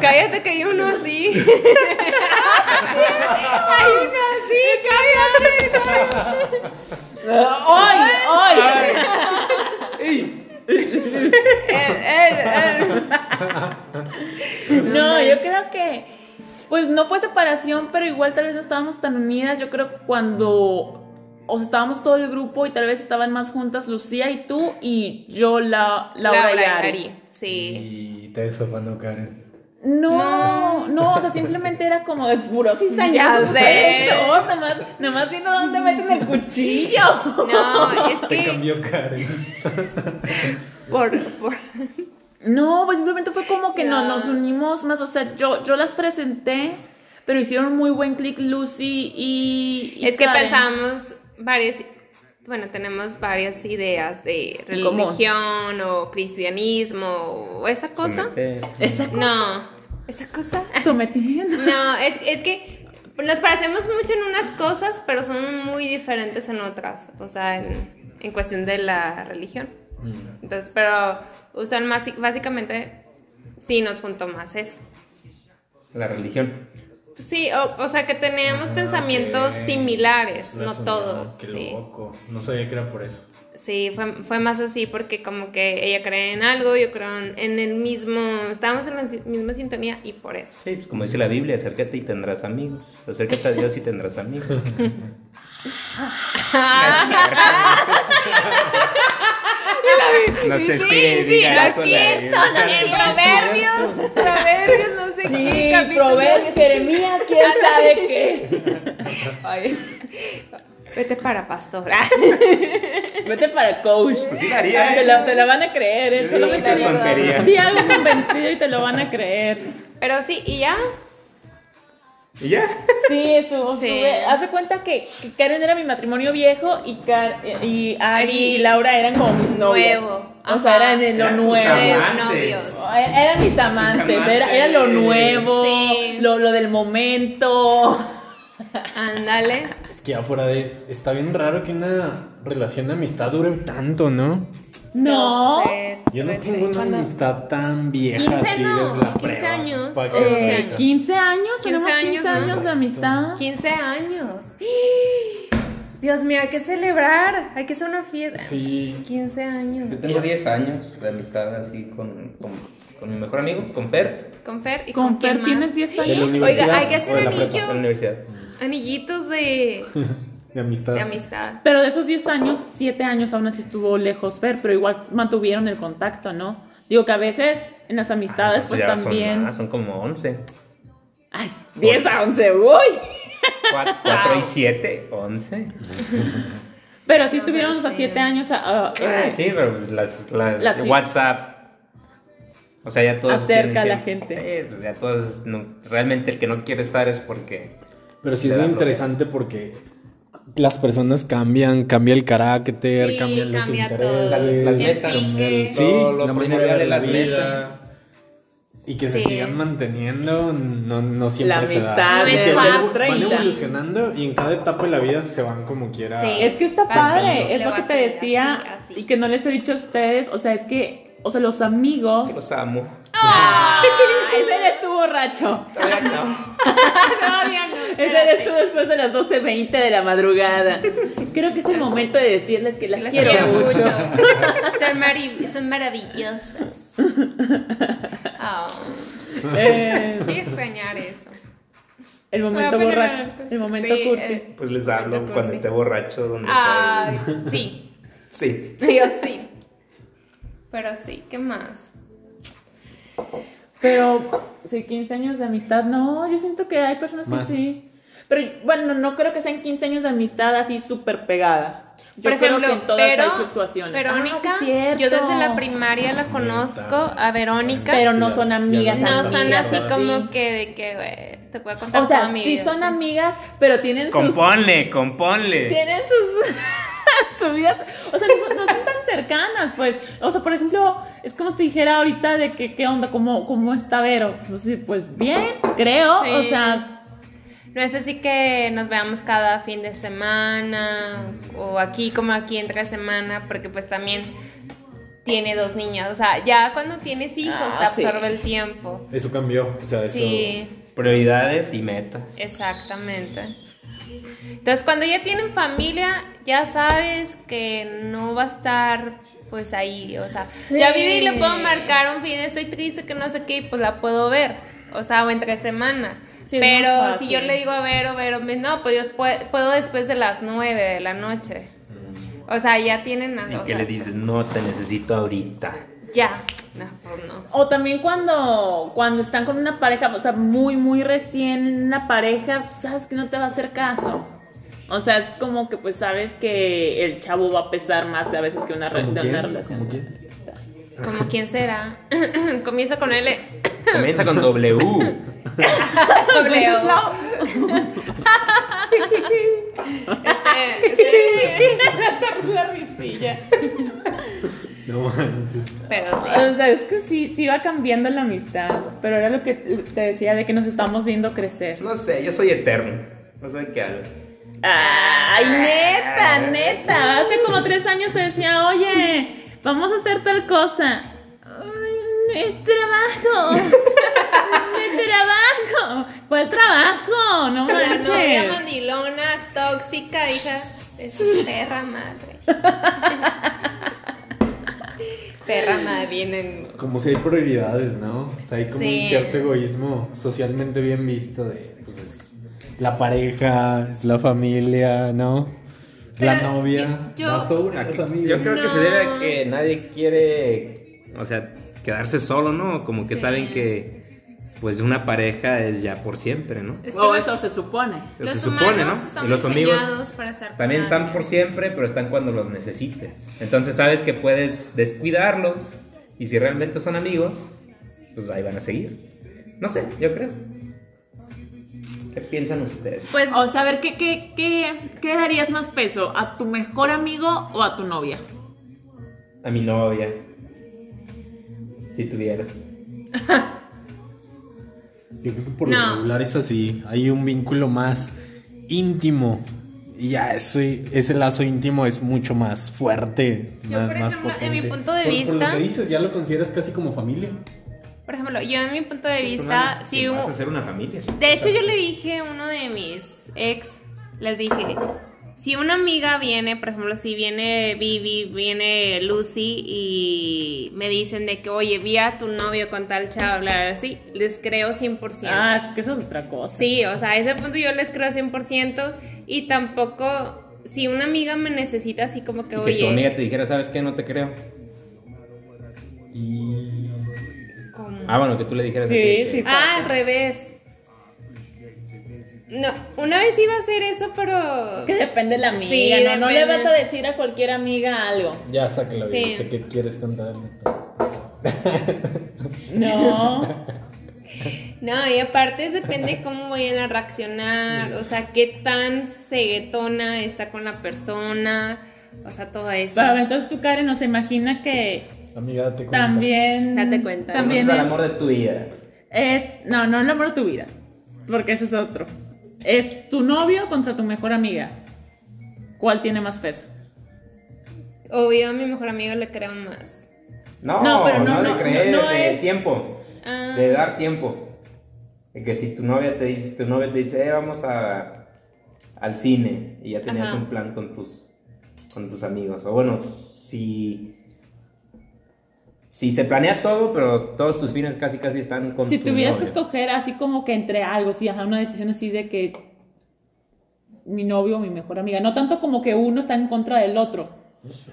C: Cállate que hay uno así. <laughs> hay uno así, cállate.
A: hoy, hoy.
C: Eh, eh, eh.
A: No, yo creo que, pues no fue separación, pero igual tal vez no estábamos tan unidas. Yo creo que cuando, o sea, estábamos todo el grupo y tal vez estaban más juntas Lucía y tú y yo, la, Laura,
C: Laura
A: y Ari.
C: Sí.
E: Y te desofando Karen.
A: No, no, o sea, simplemente era como de puro cizañazo.
C: Ya sé.
A: No, nada más, nada más viendo dónde meten el cuchillo.
C: No, es
E: Te
C: que
E: cambió Karen.
C: por, por-
A: No, pues simplemente fue como que no,
C: No.
A: nos unimos más. O sea, yo, yo las presenté, pero hicieron muy buen clic Lucy y. y
C: es que
A: Karen.
C: pensamos varias, bueno, tenemos varias ideas de
A: En común.
C: religión o cristianismo o esa cosa.
B: Somete.
A: Esa cosa.
C: No, esa cosa.
A: Sometimiento.
C: <laughs> No, es, es que nos parecemos mucho en unas cosas, pero somos muy diferentes en otras. O sea, en, en cuestión de la religión.
E: Mm.
C: Entonces, pero usan más, básicamente, sí nos juntó más eso.
B: La religión.
C: Sí, o, o sea que teníamos
E: Ah,
C: pensamientos
E: ok.
C: similares,
E: Las
C: no
E: unió,
C: todos.
E: Qué
C: sí.
E: loco. No sabía que era por eso.
C: Sí, fue, fue más así porque como que ella cree en algo, yo creo en, en el mismo, estábamos en la si- misma sintonía y por eso.
B: Sí, pues como dice la Biblia, acércate y tendrás amigos. Acércate a Dios y tendrás amigos. No sé
C: Sí,
B: si
C: sí,
B: diga
C: no
B: eso
C: es
B: la
C: cierto, no
B: Biblia.
C: es proverbios, proverbios, no sé qué
A: Sí,
C: capítulo.
A: Proverbios, Jeremías, quién sabe qué.
C: Ay. <laughs> Vete para pastora.
A: Vete para coach.
B: Pues sí la haría,
A: Ay,
B: ¿eh?
A: te, la, te la van a creer, ¿eh?
B: Yo digo
A: Solamente
B: muchas
A: digo-
B: tonterías.
A: di algo convencido y te lo van a creer.
C: <laughs> Pero sí, y ya,
B: ¿Y ya?
A: Sí, estuvo.
C: Sí.
A: estuve- Hace cuenta que, que Karen era mi matrimonio viejo y, Car- y Ari,
C: Ari.
A: y Laura eran como mis novios.
C: Nuevo.
A: O sea,
C: Ajá.
A: eran en lo
B: Eran tus
A: nuevo.
B: amantes.
C: de novios.
A: Eran mis amantes, Era, era lo nuevo,
C: Sí.
A: lo, lo del momento.
C: Ándale.
E: Es que afuera de. Está bien raro que una relación de amistad dure tanto, ¿no?
A: No.
C: sé,
E: Yo no
C: trece,
E: tengo una
C: ¿cuándo?
E: amistad tan vieja
C: 15
E: así
C: no,
E: desde la
C: 15
E: prepa.
C: años,
E: Pa' que
C: o
E: veas.
C: 12
A: Eh,
C: años.
A: 15 años,
C: 15
A: tenemos 15
C: años,
A: años de
E: ¿no?
A: amistad.
C: 15 años. <gasps> Dios mío, hay que celebrar. Hay que hacer una fiesta.
E: Sí.
C: 15 años.
B: Yo tengo 10 años de amistad así con, con, con mi mejor amigo, con Fer,
C: Con Fer y con,
A: Con
C: quién
A: Fer
C: más?
A: tienes 10
E: De la
A: años.
E: universidad.
C: Oiga, hay que hacer
E: o de la
B: en la
C: anillos.
B: universidad.
C: Anillitos de,
E: prepa. De
B: <laughs>
E: amistad.
A: <laughs>
C: de amistad.
A: Pero de esos 10 años, 7 años aún así estuvo lejos Fer, pero igual mantuvieron el contacto, ¿no? Digo que a veces en las amistades
B: Ah,
A: pues
B: ya
A: también...
B: Son, más, son como 11.
A: Ay, 10 a 11, uy.
B: 4 y 7, 11.
A: Pero sí estuvieron
C: pero
A: hasta
C: sí.
A: 7 años a- a- eh,
B: sí, pero pues las, las,
A: Las-
B: WhatsApp. O sea, ya todos.
A: Acerca a la
B: tienen-
A: gente.
B: Sí, pues ya todos. no- realmente el que no quiere estar es porque.
E: Pero sí es
B: Te da
E: muy interesante porque las personas cambian, cambia el carácter,
C: Sí,
E: cambian los
C: cambia
E: intereses,
C: todo.
B: Las metas.
C: Enrique.
E: Sí,
B: Todo lo
E: la
B: primordial
E: manera de
B: es
E: la
B: las metas.
E: vida. Y que se
C: Sí.
E: sigan manteniendo, no, no siempre
A: La
E: se da.
A: amistad
C: No es
E: Porque van-
C: fácil.
E: Van evolucionando y en cada etapa de la vida se van como quiera.
C: Sí,
A: Es que está
C: Vas
A: padre,
C: viendo.
A: es
C: Le
A: lo que
C: vas
A: te
C: a ir
A: decía
C: así, así.
A: y que no les he dicho a ustedes, o sea, es que, o sea, los
B: Es
A: amigos...
B: que los amo.
A: Ah, <laughs> Ese eres tú borracho.
B: Todavía no.
C: Todavía no.
A: Ese eres tú después de las 12.20 de la madrugada. Creo que es el momento de decirles que las,
C: Las
A: quiero, mucho. <laughs>
C: son, mari- son maravillosas. Ah,
A: Eh,
C: voy a extrañar eso.
A: el momento
C: Voy a poner
A: borracho,
C: algo.
A: el momento
C: Ah, pues, Sí,
A: cursi.
C: eh,
B: Pues les hablo
C: momento
B: cuando
C: cursi.
B: esté borracho. Donde
C: Ay,
B: sea.
C: Ah, sí.
B: Sí.
C: Yo sí. Pero sí, ¿qué más?
A: Pero, sí, 15 años de amistad, no, yo siento que hay personas
E: Más.
A: que sí. Pero bueno, no creo que sean 15 años de amistad así súper pegada. Yo
C: Por ejemplo,
A: creo que en todas
C: pero,
A: hay fluctuaciones.
C: Verónica,
A: Ah, sí es
C: yo
A: cierto.
C: desde la primaria la conozco a Verónica.
A: Pero no son amigas,
C: no son
A: amigas,
C: así
A: sí.
C: como que de que, güey, te voy a contar
A: O sea,
C: toda mi
A: sí
C: vida,
A: son
C: sí.
A: amigas, pero tienen sus
B: Componle, componle.
A: tienen sus <laughs> subidas, o sea, no, son- no son tan cercanas, pues. O sea, por ejemplo, es como si dijera ahorita de que qué onda, cómo, cómo está Vero. No sé, pues bien, creo,
C: Sí.
A: o sea,
C: No es así que nos veamos cada fin de semana o aquí como aquí entre semana, porque pues también tiene dos niñas. O sea, ya cuando tienes hijos
A: Ah,
C: te absorbe
A: sí.
C: el tiempo.
E: Eso cambió. O sea, eso.
C: Sí,
B: Prioridades y metas.
C: exactamente. Entonces cuando ya tienen familia, ya sabes que no va a estar pues ahí. O sea,
A: Sí.
C: ya vive y le puedo marcar un fin, estoy triste que no sé qué, y pues la puedo ver. O sea, o entre semana.
A: Sí, es
C: Pero
A: más
C: si
A: fácil.
C: yo le digo a Vero, Vero, me dice, no, pues yo pue- puedo después de las 9 de la noche. O sea, ya tienen
B: ¿Y
C: algo.
B: qué le dices? No te necesito ahorita.
C: Ya. No, pues no.
A: O también cuando, cuando están con una pareja, o sea, muy, muy recién una pareja, sabes que no te va a hacer caso. O sea, es como que pues sabes que el chavo va a pesar más a veces que una, re-
E: ¿Como
A: de una
E: quién?
A: relación.
E: ¿Como quién?
C: Como quién será. <clears throat> Comienza con L.
A: <laughs>
B: Comienza con W.
C: <laughs>
A: Pues,
C: W.
A: <laughs>
C: Este-
A: <laughs>
C: este-
A: La risilla.
E: No manches.
C: Pero sí.
A: O sea, es que sí, sí va cambiando la amistad. Pero era lo que te decía de que nos estamos viendo crecer.
B: No sé, yo soy eterno. No sé qué hago.
A: Ay, neta, neta. Hace como tres años te decía, oye, vamos a hacer tal cosa. Ay, Es trabajo. <laughs> Es trabajo. ¿Cuál trabajo? No
C: La novia
A: manches.
C: mandilona, tóxica, hija de su perra madre. perra madre, vienen.
E: Como si hay prioridades, ¿no? O sea, hay como
C: Sí.
E: un cierto egoísmo socialmente bien visto de, pues, es la pareja, es la familia, ¿no? la
C: Pero
E: novia,
C: yo- yo-
E: la sobra, los
B: Yo
E: amigos.
B: creo que se debe a que
C: No.
B: nadie quiere, o sea, quedarse solo, ¿no? Como que
C: Sí.
B: saben que, pues, una pareja es ya por siempre, ¿no?
C: Es que
A: O
C: los-
A: eso se supone.
B: O sea,
C: Los
B: se supone, ¿no?
C: humanos están
B: Y los amigos
C: diseñados para ser
B: también
C: con
B: están por
C: alguien.
B: siempre, pero están cuando los necesites. Entonces sabes que puedes descuidarlos y si realmente son amigos, pues ahí van a seguir. No sé, yo creo. ¿Qué piensan ustedes?
C: Pues
A: O sea, a ver, ¿qué, qué, qué, qué darías más peso? ¿A tu mejor amigo o a tu novia?
B: A mi novia. Si tuviera.
E: Yo creo que por
C: No.
E: lo regular es así. Hay un vínculo más íntimo. Y ya ese, ese lazo íntimo es mucho más fuerte,
C: Yo,
E: más,
C: por
E: más
C: ejemplo,
E: potente.
C: en mi punto de
E: Por- Por lo
C: vista-
E: que dices, ya lo consideras casi como familia.
C: por ejemplo, yo en mi punto de vista, si
B: vas a
C: hubo...
B: Pues, hacer una familia.
C: De hecho, yo le dije a uno de mis ex, les dije, si una amiga viene, por ejemplo, si viene Vivi, viene Lucy y me dicen de que, oye, vi a tu novio con tal chava, hablar así, les creo 100%.
A: Ah, es que eso es otra cosa.
C: Sí, o sea, a ese punto yo les creo 100% y tampoco, si una amiga me necesita así como que,
B: Y que
C: oye,
B: tu amiga te dijera, ¿sabes qué? No te creo.
E: Y
C: ¿cómo?
B: Ah, bueno, que tú le dijeras
A: Sí,
B: así de que-
A: sí.
C: Ah, al revés. No, una vez iba a hacer eso, pero...
A: Es que depende de la amiga,
C: Sí,
A: ¿no? No le
C: depende.
A: vas a decir a cualquier amiga algo.
E: ya sácalo,
C: Sí.
E: yo sé que quieres contarle.
A: <laughs> No.
C: No, y aparte es depende cómo vayan a reaccionar, o sea, qué tan ceguetona está con la persona, o sea, todo eso.
A: Pero entonces tú, Karen, nos imagina que
E: Amiga, date cuenta.
A: también.
C: Date cuenta.
A: También
B: Conoces al
A: es,
B: amor de tu vida.
A: es- No, no el amor de tu vida. Porque ese es otro. Es tu novio contra tu mejor amiga. ¿Cuál tiene más peso?
C: Obvio, a mi mejor amigo le creo más.
B: No,
A: No,
B: no,
A: pero no,
B: de
A: no,
B: creer,
A: no, no
B: de
A: es-
B: tiempo.
C: Ah.
B: De dar tiempo. De que si tu novia te dice, tu novia te dice, eh, vamos a, al cine. Y ya tenías
C: Ajá.
B: un plan con tus, con tus amigos. O bueno, si... Si se planea todo, pero todos tus fines casi casi están con
A: si
B: tu
A: tuvieras que
B: novia.
A: escoger así como que entre algo, si ajá, una decisión así de que mi novio o mi mejor amiga. No tanto como que uno está en contra del otro.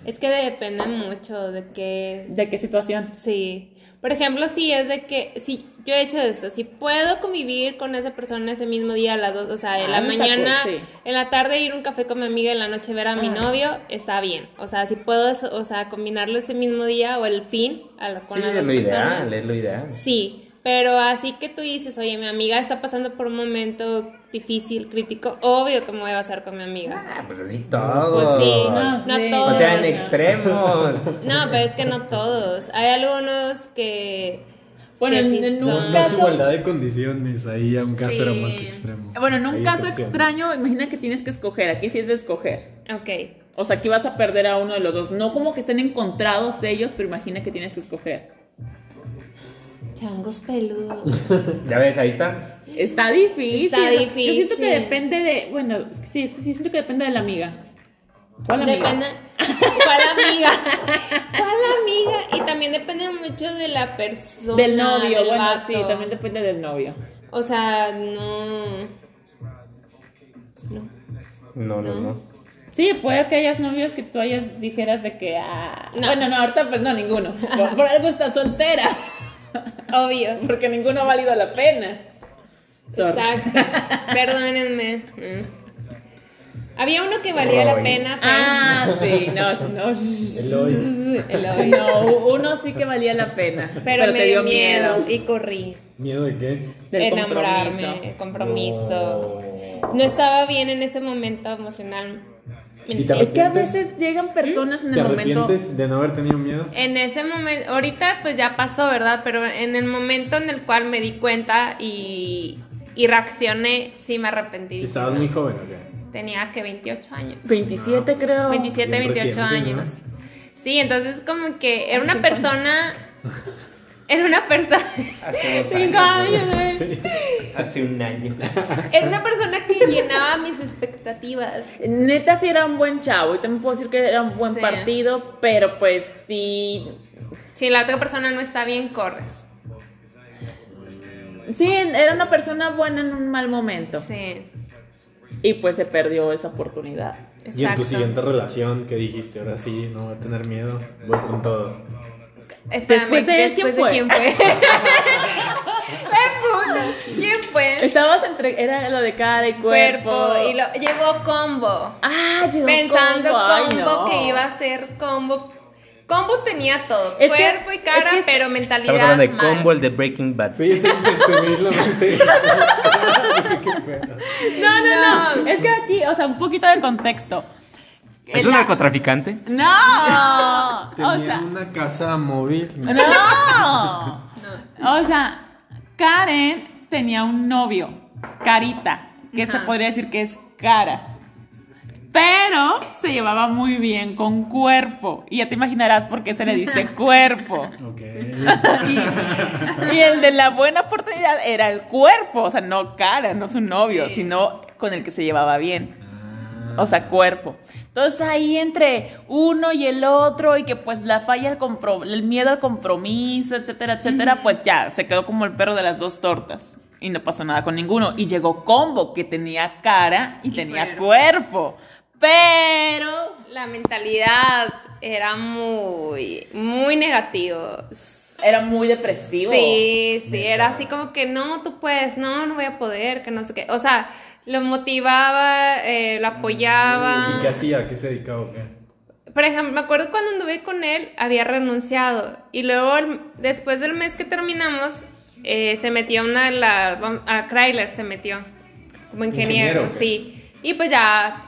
C: Es que depende mucho de qué...
A: ¿De qué situación?
C: Sí. Por ejemplo, si es de que, si yo he hecho esto, si puedo convivir con esa persona ese mismo día a las dos, o sea, en
A: Ah,
C: la
A: no está
C: mañana,
A: cool, sí.
C: en la tarde ir a un café con mi amiga, en la noche ver a mi
A: Ah.
C: novio, está bien. O sea, si puedo, eso- o sea, combinarlo ese mismo día o el fin a lo- con
B: Sí,
C: las
B: es
C: dos
B: lo
C: personas.
B: ideal, es lo ideal.
C: Sí, pero así que tú dices, oye, mi amiga está pasando por un momento difícil, crítico, obvio que me voy a pasar con mi amiga.
B: Ah, pues así todo.
C: Pues sí,
A: no,
C: no,
A: sí.
C: todos.
B: Oh, O sea, en
A: no.
B: extremos.
C: No, pero es que no todos. Hay algunos que.
A: Bueno,
C: que
A: en-
C: sí
A: en un
E: No,
C: son.
E: no es
A: caso-
E: igualdad de condiciones, ahí a un caso
C: Sí.
E: era más extremo.
A: Bueno, en un
E: Hay
A: caso
E: excepciones.
A: extraño, imagina que tienes que escoger. Aquí sí es de escoger.
C: Ok.
A: O sea, aquí vas a perder a uno de los dos. No como que estén encontrados ellos, pero imagina que tienes que escoger.
C: Changos peludos.
B: Ya ves, ahí está.
A: Está difícil.
C: Está
A: ¿no? Yo siento
C: difícil.
A: que depende de. Bueno, es que sí, es que sí, siento que depende de la amiga. ¿Cuál amiga?
C: Depende. ¿Cuál amiga? ¿Cuál amiga? Y también depende mucho de la persona.
A: Del novio,
C: del
A: bueno,
C: vato.
A: sí, también depende del novio.
C: O sea, no. No.
B: No, no, no.
A: Sí, puede que hayas novios que tú hayas dijeras de que. Ah,
C: No.
A: Bueno, no, ahorita pues no, ninguno. Por, por algo estás soltera. <laughs>
C: Obvio.
A: Porque ninguno ha valido la pena. Sorry. <laughs>
C: Exacto. Perdónenme. Mm. Había uno que valía la
B: Roy.
C: pena, pues. pero.
A: Ah, sí, no, no. shh.
C: Eloy.
A: No, uno sí que valía la pena.
C: Pero,
A: Pero,
C: me
A: te dio
C: dio miedo y corrí.
E: ¿Miedo de qué?
A: del
C: enamorarme,
A: compromiso.
C: el compromiso. No estaba bien en ese momento emocional.
E: ¿Y te
A: Es que a
E: arrepientes?
A: veces llegan personas en
E: ¿Te
A: el momento.
E: arrepientes de no haber tenido miedo?
C: En ese momento, ahorita pues ya pasó, ¿verdad? Pero en el momento en el cual me di cuenta y, y reaccioné, sí me arrepentí.
E: Estabas
C: No,
E: muy joven, ¿ok?
C: Tenía que 28 años.
A: 27 creo.
C: 27,
E: bien
C: 28
E: reciente, ¿no?
C: años. Sí, entonces como que era una persona... Era una persona...
B: Hace dos
C: <laughs> Cinco
B: años,
C: años, güey.
B: Hace un año.
C: Era una persona que llenaba mis expectativas.
A: Neta sí era un buen chavo y también puedo decir que era un buen
C: Sí.
A: partido, pero pues sí,
C: Si la otra persona no está bien, corres.
A: sí era una persona buena en un mal momento
C: Sí,
A: y pues se perdió esa oportunidad.
C: exacto.
E: Y en tu siguiente relación, ¿qué dijiste? Ahora sí, no voy a tener miedo, voy con todo.
C: Espérame,
A: Después de él,
C: después de quién
A: ¿quién
C: fue. <laughs> ¡Qué puto! ¿Quién fue?
A: Estabas entre era lo de cara y cuerpo.
C: Y lo, llegó combo.
A: Ah, llegó
C: pensando
A: combo, ay, no.
C: combo, que iba a ser combo. Combo tenía todo.
A: Es que-
C: cuerpo y cara,
A: es que-
C: pero mentalidad.
B: Estamos hablando de
C: mal.
B: combo, el de Breaking Bad.
E: Sí, estoy subirlo.
A: No, no, no,
C: No.
A: Es que aquí, o sea, un poquito de contexto.
B: ¿Es
A: La-
B: un narcotraficante?
A: No. o
E: Tenía
A: sea,
E: una casa móvil.
A: No. O sea, Karen tenía un novio, Carita, que se
C: Ajá.
A: podría decir que es cara. Pero se llevaba muy bien con cuerpo. Y ya te imaginarás por qué se le <laughs> dice cuerpo.
E: Ok.
A: Y, y el de la buena oportunidad era el cuerpo. O sea, no cara, no su novio, sino con el que se llevaba bien. O sea, cuerpo. Entonces ahí entre uno y el otro y que pues la falla, el, compro- el miedo al compromiso, etcétera, etcétera, pues ya, se quedó como el perro de las dos tortas. Y no pasó nada con ninguno. Y llegó Combo, que tenía cara y, tenía cuerpo. Pero...
C: La mentalidad era muy, muy negativo.
A: Era muy depresivo.
C: Sí, sí, era así como que no, tú puedes, no, no voy a poder, que no sé qué. O sea, lo motivaba, eh,
A: Mm,
C: lo apoyaba.
E: ¿Y qué hacía? ¿A qué se dedicaba? o qué?
C: Por ejemplo, me acuerdo cuando anduve con él, había renunciado. Y luego, el- después del mes que terminamos, eh, se metió a una de las. A Kryler se metió. Como ingeniero,
E: Ingeniero, ok.
C: sí. Y pues ya.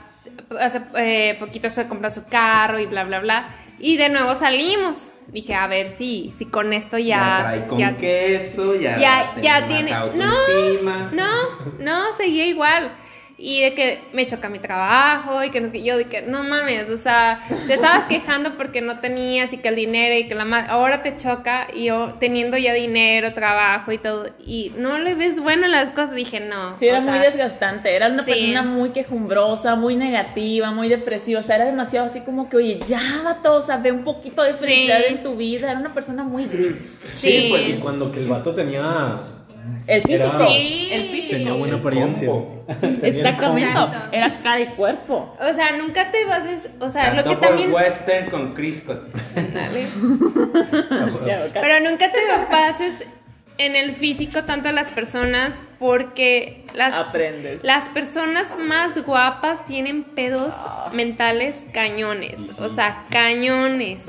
C: Hace eh, poquito se compró su carro y bla, bla, bla. Y de nuevo salimos. Dije, a ver si, si con esto
B: Ya
C: ya.
B: trae con
C: ya-
B: queso, ya,
C: ya, ya tiene.
B: No,
C: No, no, no, seguía igual. Y de que me choca mi trabajo y que no, sé qué. yo de que no mames, o sea, te <laughs> estabas quejando porque no tenías y que el dinero y que la madre, ahora te choca y yo teniendo ya dinero, trabajo y todo, y no le ves bueno las cosas, dije no.
A: Sí, era
C: o sea,
A: muy desgastante. Era una
C: sí.
A: persona muy quejumbrosa, muy negativa, muy depresiva. O sea, era demasiado así como que, oye, ya vato, o sea, ve un poquito de
C: Sí.
A: felicidad en tu vida. Era una persona muy gris.
C: Sí.
E: pues, y cuando que el vato tenía.
A: El físico.
E: Era-
C: Sí.
A: El físico.
E: Tenía buena apariencia.
B: combo.
A: Exactamente.
C: Exacto.
A: Era cara y cuerpo.
C: O sea, nunca te vas, a- o sea,
B: Cantó
C: lo que
B: por
C: también...
B: Western con Chris Cott.
C: Dale.
A: Ya, ok.
C: Pero nunca te pases en el físico tanto a las personas porque las
A: Aprendes.
C: Las personas más guapas tienen pedos mentales cañones. O sea, cañones.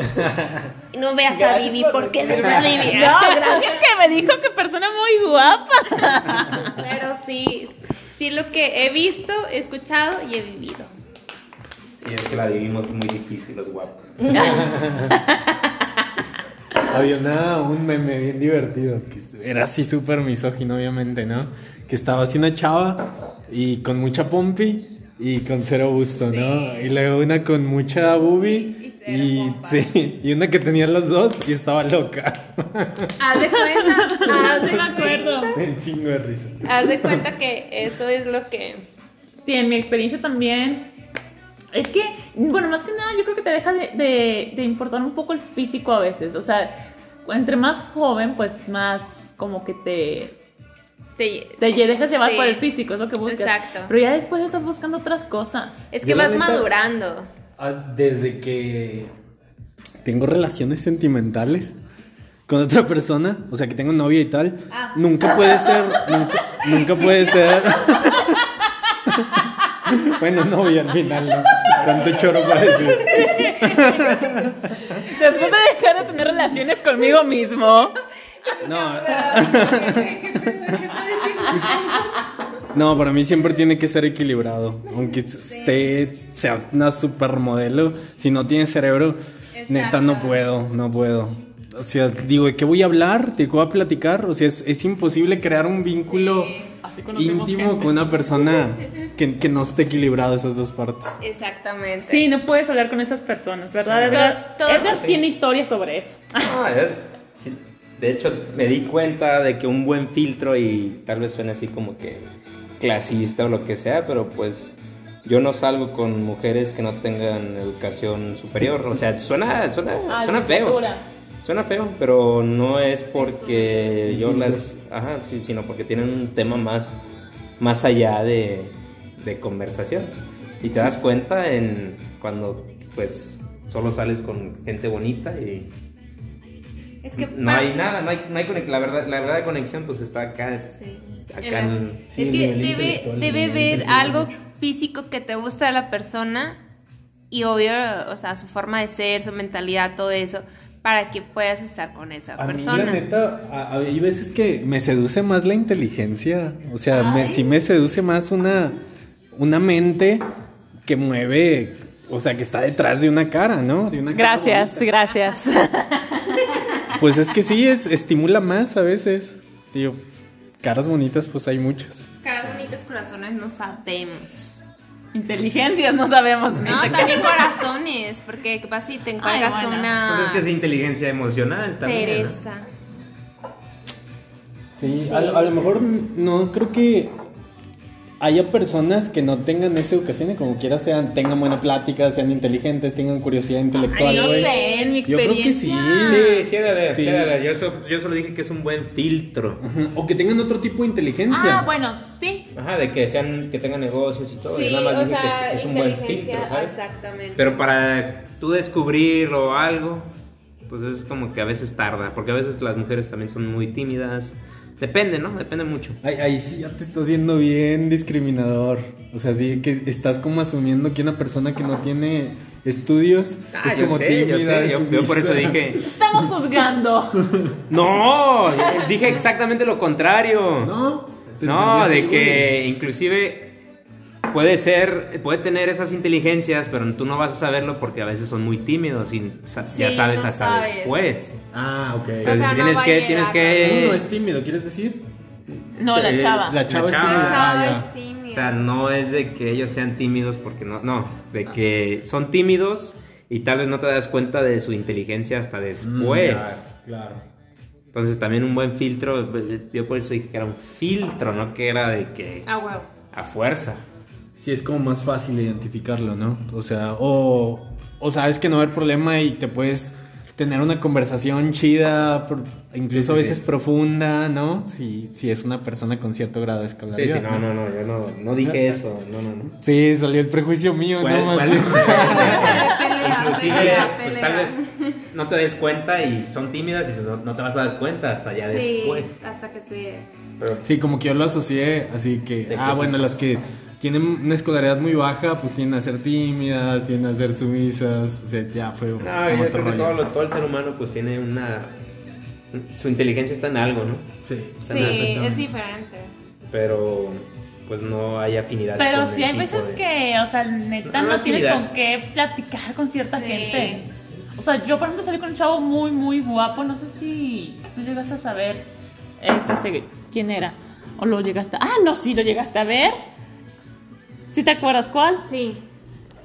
C: No veas a
A: Gracias
C: Vivi,
A: por
C: ¿por qué ves
A: decirlo.
C: a Vivi?
A: No, gracias que me dijo que persona muy guapa.
C: Pero sí, sí lo que he visto, he escuchado y he vivido.
B: Sí, es que la vivimos muy difícil los guapos.
C: Ah,
A: <laughs>
E: Había una, un meme bien divertido. que era así súper misógino, obviamente, ¿no? Que estaba así una chava y con mucha pompi y con cero gusto, ¿no? Y luego una con mucha
C: Y
E: bubi
C: cero
E: y,
C: pompa.
E: sí, y una que tenía los dos y estaba loca. <laughs>
C: Haz de cuenta, haz
A: <laughs>
C: de
A: Me acuerdo.
C: cuenta.
E: Un chingo de risa.
C: Haz de cuenta que eso es lo que.
A: Sí, en mi experiencia también. Es que, bueno, más que nada yo creo que te deja de, de- de importar un poco el físico a veces. O sea, entre más joven, pues más como que te,
C: te-
A: Te lle- dejas llevar
C: Sí.
A: por el físico, es lo que buscas.
C: Exacto.
A: Pero ya después estás buscando otras cosas.
C: Es
E: Yo
C: que
E: la
C: vas
E: neta-
C: madurando.
E: Ah, Desde que tengo relaciones sentimentales con otra persona, o sea, que tengo novia y tal,
C: Ah.
E: nunca puede ser, nunca, nunca puede ser. bueno, novia al final, ¿no? Tanto choro para decir.
A: Después de dejar de tener relaciones conmigo mismo.
E: No,
C: ¿Qué
E: no, para mí siempre tiene que ser equilibrado, aunque esté, sea una supermodelo, si no tiene cerebro, neta no
C: Exacto.
E: puedo, no puedo. O sea, digo, ¿de qué voy a hablar? ¿De qué voy a platicar? O sea, es, es imposible crear un vínculo...
A: Así conocemos
E: íntimo
A: gente.
E: con una persona que, que no esté equilibrado esas dos partes.
C: Exactamente.
A: Sí, no puedes hablar con esas personas, ¿verdad? Edgar?
C: todo-
A: Edgar
B: sí.
A: tiene historias sobre eso.
B: Ah, eh, sí. De hecho, me di cuenta de que un buen filtro, y tal vez suene así como que clasista o lo que sea, pero pues yo no salgo con mujeres que no tengan educación superior. O sea, suena, suena,
A: Ah,
B: suena
A: de
B: feo.
A: cultura.
B: Suena feo, pero no es porque yo las... Ajá, sí, sino porque tienen un tema más, más allá de, de conversación. Y te das cuenta en cuando pues solo sales con gente bonita y
C: Es que
B: no hay nada, no hay, no hay conex- la verdad, la verdad de conexión pues está acá.
C: Sí.
B: Acá en-
E: Sí,
C: es
E: el
C: que
E: nivel
C: debe,
E: intelectual,
C: debe
E: el nivel
C: ver
E: intelectual
C: algo
E: mucho.
C: físico que te gusta de la persona y obvio, o sea, su forma de ser, su mentalidad, todo eso, para que puedas estar con esa
E: A mí,
C: persona.
E: la neta, a- hay veces que me seduce más la inteligencia. O sea, me, sí me seduce más una, una mente que mueve, o sea, que está detrás de una cara, ¿no? De una cara
A: Gracias,
E: bonita.
A: gracias.
E: Pues es que sí, es, estimula más a veces. Digo, caras bonitas, pues hay muchas.
C: Caras bonitas, corazones, no sabemos.
A: <laughs> Inteligencias, no sabemos. en
C: No,
A: este
C: también corazones, porque qué pasa si te encuentras
A: Ay, bueno.
C: una
B: Pues es que es inteligencia emocional también. ¿no?
C: Teresa.
E: Sí, a, lo- a lo mejor no creo que haya personas que no tengan esa educación y como quiera sean, tengan buena plática, sean inteligentes, tengan curiosidad intelectual.
A: Ay, no
E: güey.
A: sé, en mi
E: Yo creo que sí.
B: Sí, sí, debe haber,
E: Ah. Sí.
B: sí debe haber. Yo, so- yo solo dije que es un buen filtro.
E: Ajá, O que tengan otro tipo de inteligencia.
A: Ah, bueno, sí.
B: Ajá, de que sean, que tengan negocios y todo. Yo nada más dije que es, es un buen filtro, ¿sabes?
C: Exactamente.
B: Pero para tú descubrirlo o algo, pues es como que a veces tarda, porque a veces las mujeres también son muy tímidas. Depende, ¿no? Depende mucho.
E: Ay, ahí sí ya te estás viendo bien discriminador. O sea, sí que estás como asumiendo que una persona que no tiene estudios
B: Ah,
E: es
B: yo
E: como
B: sé,
E: tímida.
B: yo sé, yo- yo por eso
E: sumisa.
B: dije,
A: Estamos juzgando.
B: No, dije exactamente lo contrario.
E: <laughs> No, te
B: No, de
E: entendí así, güey.
B: que inclusive puede ser, puede tener esas inteligencias, pero tú no vas a saberlo porque a veces son muy tímidos y sa-
C: Sí,
B: ya sabes
C: no
B: hasta
C: sabes.
B: después.
E: Ah, ok.
B: Entonces eh,
C: sea, no
B: tienes
C: va a
B: que,
C: llegar,
B: tienes
C: ¿no?
B: que.
E: Uno es tímido, ¿quieres decir?
A: No, la
B: eh,
A: chava.
E: La chava es tímida.
C: Chava
E: Ah, ya.
C: es tímida.
B: O sea, no es de que ellos sean tímidos porque no, no, de que son tímidos y tal vez no te das cuenta de su inteligencia hasta después.
E: Mm, Claro.
B: Entonces también un buen filtro, pues, yo por eso dije que era un filtro, no que era de que
C: Ah, wow.
B: a fuerza.
E: Sí, es como más fácil identificarlo, ¿no? O sea, o, o sabes que no va a haber problema y te puedes tener una conversación chida, por-
B: Sí,
E: incluso
B: sí,
E: a veces
B: sí.
E: profunda, ¿no? Si, si es una persona con cierto grado de escolaridad.
B: Sí, sí, no, no, no, yo no, no dije eso, no, no, no.
E: Sí, salió el prejuicio mío,
B: ¿Cuál-
E: ¿no? Más
B: cuál-
E: bien.
C: <laughs> Pelea,
B: <laughs> Inclusive,
C: pelea,
B: pues
C: pelea.
B: tal vez no te des cuenta y son tímidas y no, no te vas a dar cuenta hasta ya
C: Sí,
B: después.
C: hasta que se...
B: Pero
E: Sí, como que yo lo asocié, así que,
B: De
E: ah,
B: cosas-
E: bueno, las que tienen una escolaridad muy baja, pues tienden a ser tímidas, tienden a ser sumisas, o sea, ya fue
B: No,
E: como
B: yo creo
E: otro
B: que
E: rollo.
B: todo, lo- todo el ser humano pues tiene una... Su inteligencia está en algo, ¿no?
E: Sí.
B: Está en
C: Sí,
B: algo.
C: es diferente.
B: Pero pues no hay afinidad.
A: Pero
B: con
A: sí
B: el
A: hay
B: tipo
A: veces
B: de-
A: que, o sea, neta,
B: No,
A: no,
B: no
A: tienes
B: actividad.
A: con qué platicar con cierta
C: Sí.
A: gente. O sea, yo por ejemplo salí con un chavo muy, muy guapo. No sé si tú llegaste a saber este, ese- quién era. O lo llegaste a... Ah, no, sí, lo llegaste a ver. ¿Sí te acuerdas cuál?
C: Sí.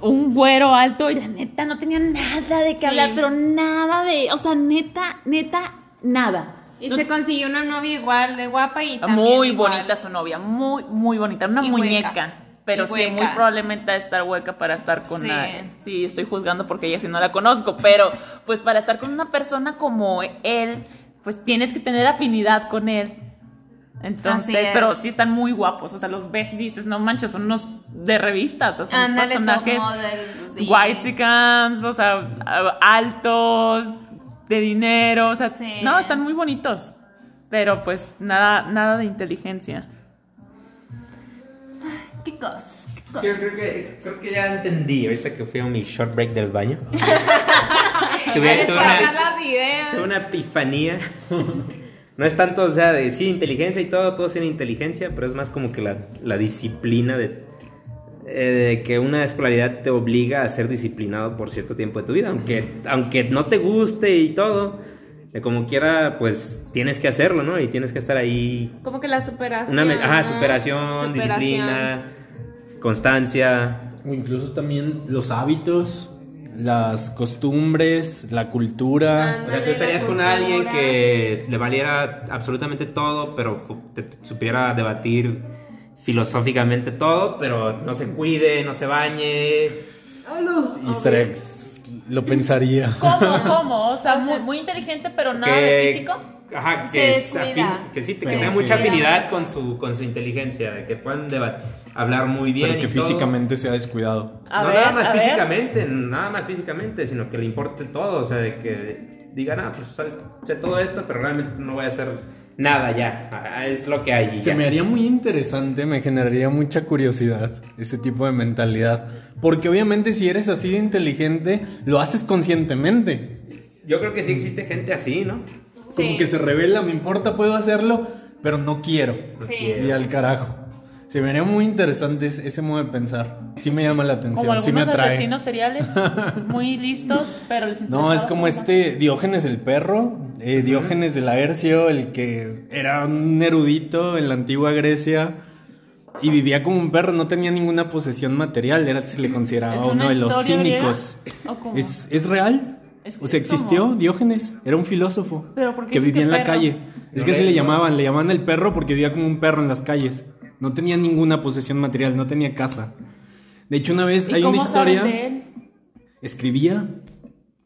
A: Un güero alto y la neta no tenía nada de qué
C: Sí.
A: hablar, pero nada de... O sea, neta, neta, nada.
C: Y
A: No-
C: se consiguió una novia igual de guapa y también
A: Muy
C: igual.
A: bonita su novia, muy, muy bonita, una
C: Y hueca.
A: muñeca. Pero
C: Y
A: sí,
C: hueca.
A: muy probablemente ha de estar hueca para estar con
C: Sí.
A: alguien. Sí, estoy juzgando porque ella sí no la conozco, pero pues para estar con una persona como él, pues tienes que tener afinidad con él. Entonces,
C: Así es.
A: pero sí están muy guapos. O sea, los ves y dices, no manches, son unos de revistas. O sea, son
C: Ándale,
A: personajes
C: top models, sí.
A: white o sea, a- altos, de dinero. O sea,
C: Sí.
A: no, están muy bonitos. Pero pues nada, nada de inteligencia.
C: ¿Qué cosas? qué cosas.
B: Yo creo que, creo que ya entendí ahorita que fui a mi short break del
A: <laughs>
B: baño. tuve,
C: Hay que
B: tuve
C: sacar
B: una,
C: las ideas.
B: tuve una epifanía. <laughs> No es tanto, o sea, de sí, inteligencia y todo, todo sin inteligencia, pero es más como que la, la disciplina de, eh, de que una escolaridad te obliga a ser disciplinado por cierto tiempo de tu vida, aunque, aunque no te guste y todo, de como quiera, pues tienes que hacerlo, ¿no? Y tienes que estar ahí
C: Como que la superación.
B: Una me- ajá,
C: ¿no?
B: superación, disciplina, constancia.
E: O incluso también los hábitos, las costumbres, la cultura.
B: O sea, tú estarías con alguien que le valiera absolutamente todo, pero fu- te supiera debatir filosóficamente todo, pero no se cuide, no se bañe.
E: Y estaría-
A: <laughs>
E: lo pensaría.
A: ¿Cómo? ¿Cómo? O sea, muy, muy inteligente, pero nada de físico.
B: Ajá,
C: Se
B: que, es
C: descuida.
B: afín- que sí, que
E: Se
B: tenga
E: descuida.
B: mucha afinidad con su, con su inteligencia, de que puedan deba- hablar muy bien.
E: Pero que
B: y todo.
E: físicamente sea descuidado.
A: A
B: no
A: ver,
B: nada más
A: a ver.
B: físicamente, nada más físicamente, sino que le importe todo, o sea, de que digan, ah, pues sabes, sé todo esto, pero realmente no voy a hacer nada ya, ah, es lo que hay. y
E: Se
B: ya".
E: me haría muy interesante, me generaría mucha curiosidad ese tipo de mentalidad. Porque obviamente si eres así de inteligente, lo haces conscientemente.
B: Yo creo que sí existe gente así, ¿no?
E: Como
C: Sí.
E: que se revela, me importa, puedo hacerlo, pero no quiero.
C: Sí.
E: Y al carajo. Se me haría muy interesante ese ese modo de pensar. Sí me llama la
A: Como
E: atención,
A: algunos
E: sí me atrae.
A: asesinos
E: <laughs>
A: seriales muy listos, pero les
E: No, es
A: interesaba
E: como
A: ser más-
E: este Diógenes el perro, eh, Diógenes de Laercio, el que era un erudito en la antigua Grecia y vivía como un perro, no tenía ninguna posesión material, era se le consideraba
A: ¿Es
E: uno
A: una
E: de los
A: historia griega?
E: cínicos.
A: ¿O cómo?
E: ¿Es, es real?
A: Es-
E: o sea,
A: es
E: existió
A: como-
E: Diógenes, era un filósofo
A: ¿Pero por qué
E: que
A: dices
E: vivía en
A: que
E: la
A: perro?
E: calle. Es
B: No
E: que así
B: le-
E: le llamaban, le llamaban el perro porque vivía como un perro en las calles. No tenía ninguna posesión material, no tenía casa. De hecho, una vez
A: ¿Y
E: hay una
A: cómo saben
E: historia
A: de
E: <laughs>
A: él?
E: escribía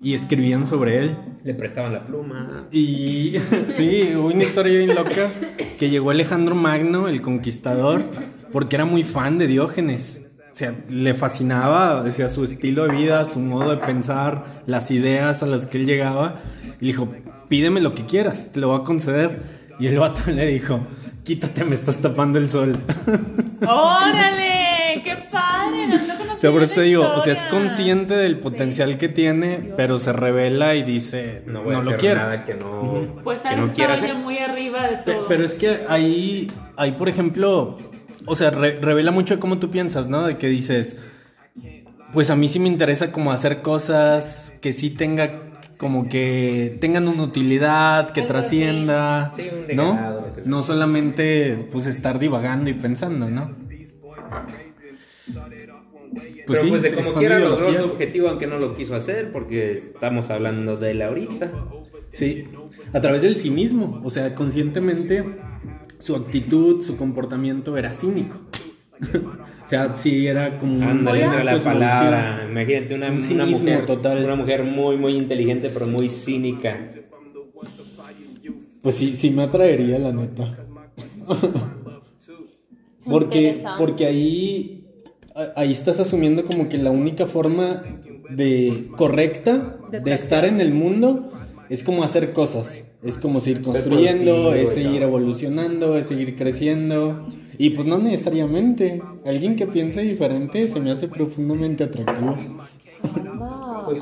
E: y escribían sobre él.
B: Le prestaban la pluma.
E: Y <laughs> sí, hubo una historia bien loca que llegó Alejandro Magno, el conquistador, porque era muy fan de Diógenes. O sea, le fascinaba, o sea, su estilo de vida, su modo de pensar, las ideas a las que él llegaba. Y le dijo, pídeme lo que quieras, te lo voy a conceder. Y el vato <laughs> le dijo, quítate, me estás tapando el sol. <laughs>
A: ¡Órale! ¡Qué padre! No, no conocía
E: O sea, por eso
A: esa
E: te digo, o sea, es
A: historia.
E: consciente del potencial que tiene, pero se revela y dice,
B: No
E: no,
B: voy a
E: lo
B: hacer
E: quiero.
B: nada que no,
A: Pues
B: que
A: tal vez
B: no quiera
A: estaba
B: hacer.
A: ya muy arriba de
E: Pe-
A: todo.
E: Pero es que ahí, ahí por ejemplo, o sea, re- revela mucho de cómo tú piensas, ¿no? De que dices, pues a mí sí me interesa como hacer cosas que sí tenga, como que tengan una utilidad, que
C: Algo
E: trascienda,
B: así. Sí, un legado,
E: ¿no?
B: etcétera.
E: No solamente pues estar divagando y pensando, ¿no?
B: pero pues de
E: sí,
B: como
E: son
B: quiera logró su
E: ideologías.
B: objetivo, aunque no lo quiso hacer, porque estamos hablando de él ahorita.
E: Sí, a través del cinismo, o sea, conscientemente su actitud, su comportamiento era cínico. <laughs> o sea, sí era Pues como un-
B: Ándale, esa
E: una
B: era la
E: cosmovisión.
B: palabra. Imagínate una,
E: Un
B: una
E: cinismo
B: mujer
E: total.
B: una mujer muy muy inteligente pero muy cínica.
E: Pues sí, sí me atraería la neta. porque
C: Interesante.
E: porque ahí a- ahí estás asumiendo como que la única forma de correcta
A: De
E: de estar en el mundo es como hacer cosas, es como seguir construyendo,
B: productivo y
E: es seguir
B: todo.
E: evolucionando, es seguir creciendo y pues no necesariamente alguien que piense diferente se me hace profundamente atractivo.
C: Oh,
B: Pues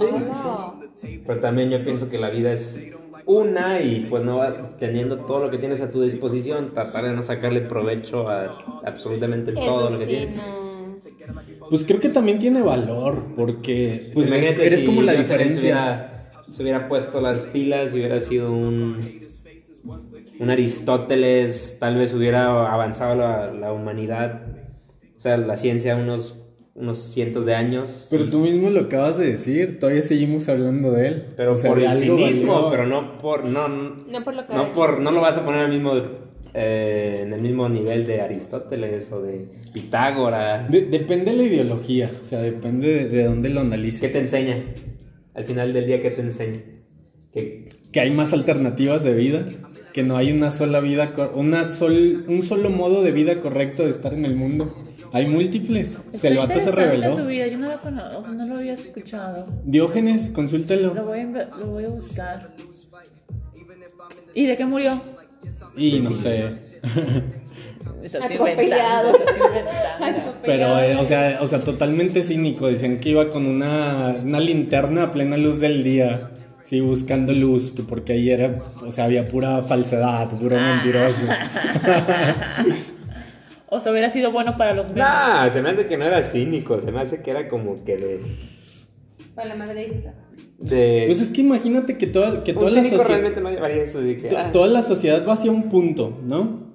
B: sí. Pero también yo pienso que la vida es una y pues no va teniendo todo lo que tienes a tu disposición, tratar de no sacarle provecho a absolutamente todo lo
C: Eso
B: que
C: sí,
B: tienes.
C: no.
E: Pues creo que también tiene valor porque pues
B: Imagínate
E: eres
B: si
E: como la
B: Dios se
E: diferencia.
B: hubiera- Se hubiera puesto las pilas y hubiera sido un, un Aristóteles, tal vez hubiera avanzado la, la humanidad, o sea, la ciencia unos, unos cientos de años.
E: Pero
B: Y-
E: tú mismo lo acabas de decir, todavía seguimos hablando de él.
B: pero
E: O sea,
B: por
E: de
B: el
E: algo
B: cinismo,
E: valió.
B: pero no por... No,
C: No por lo que.
B: No, por, no lo vas a poner al mismo, eh, en el mismo nivel de Aristóteles o de Pitágoras.
E: De- depende de la ideología, o sea, depende de, de dónde lo
B: ¿Qué
E: analices.
B: te enseña? Al final del día, ¿qué te enseña? Que,
E: Que hay más alternativas de vida, que no hay una sola vida, cor- una sol, un solo modo de vida correcto de estar en el mundo. Hay múltiples. O sea, el vato se
A: su
E: reveló.
A: vida, yo no lo conozco, o sea, no lo había escuchado.
E: Diógenes,
A: Lo
E: consúltelo.
A: voy a, inve- lo voy a buscar. ¿Y de qué murió?
E: Y no sé.
A: Me estás
C: Atropellado.
A: inventando, me estás <laughs> inventando.
E: Pero, eh, o sea, o sea, totalmente cínico. Decían que iba con una, una linterna a plena luz del día. Sí, buscando luz, porque ahí era, o sea, había pura falsedad, puro
A: Ah.
B: <laughs>
E: mentiroso.
A: O sea, hubiera sido bueno para los memes.
B: Nah, se me hace que no era cínico, se me hace que era como que de.
C: Para la madreísta.
B: de
E: Pues es que imagínate que toda, que
B: un
E: toda la
B: cínico
E: sociedad...
B: realmente no llevaría eso de que.
E: to-
B: ah,
E: toda la sociedad va hacia un punto, ¿no?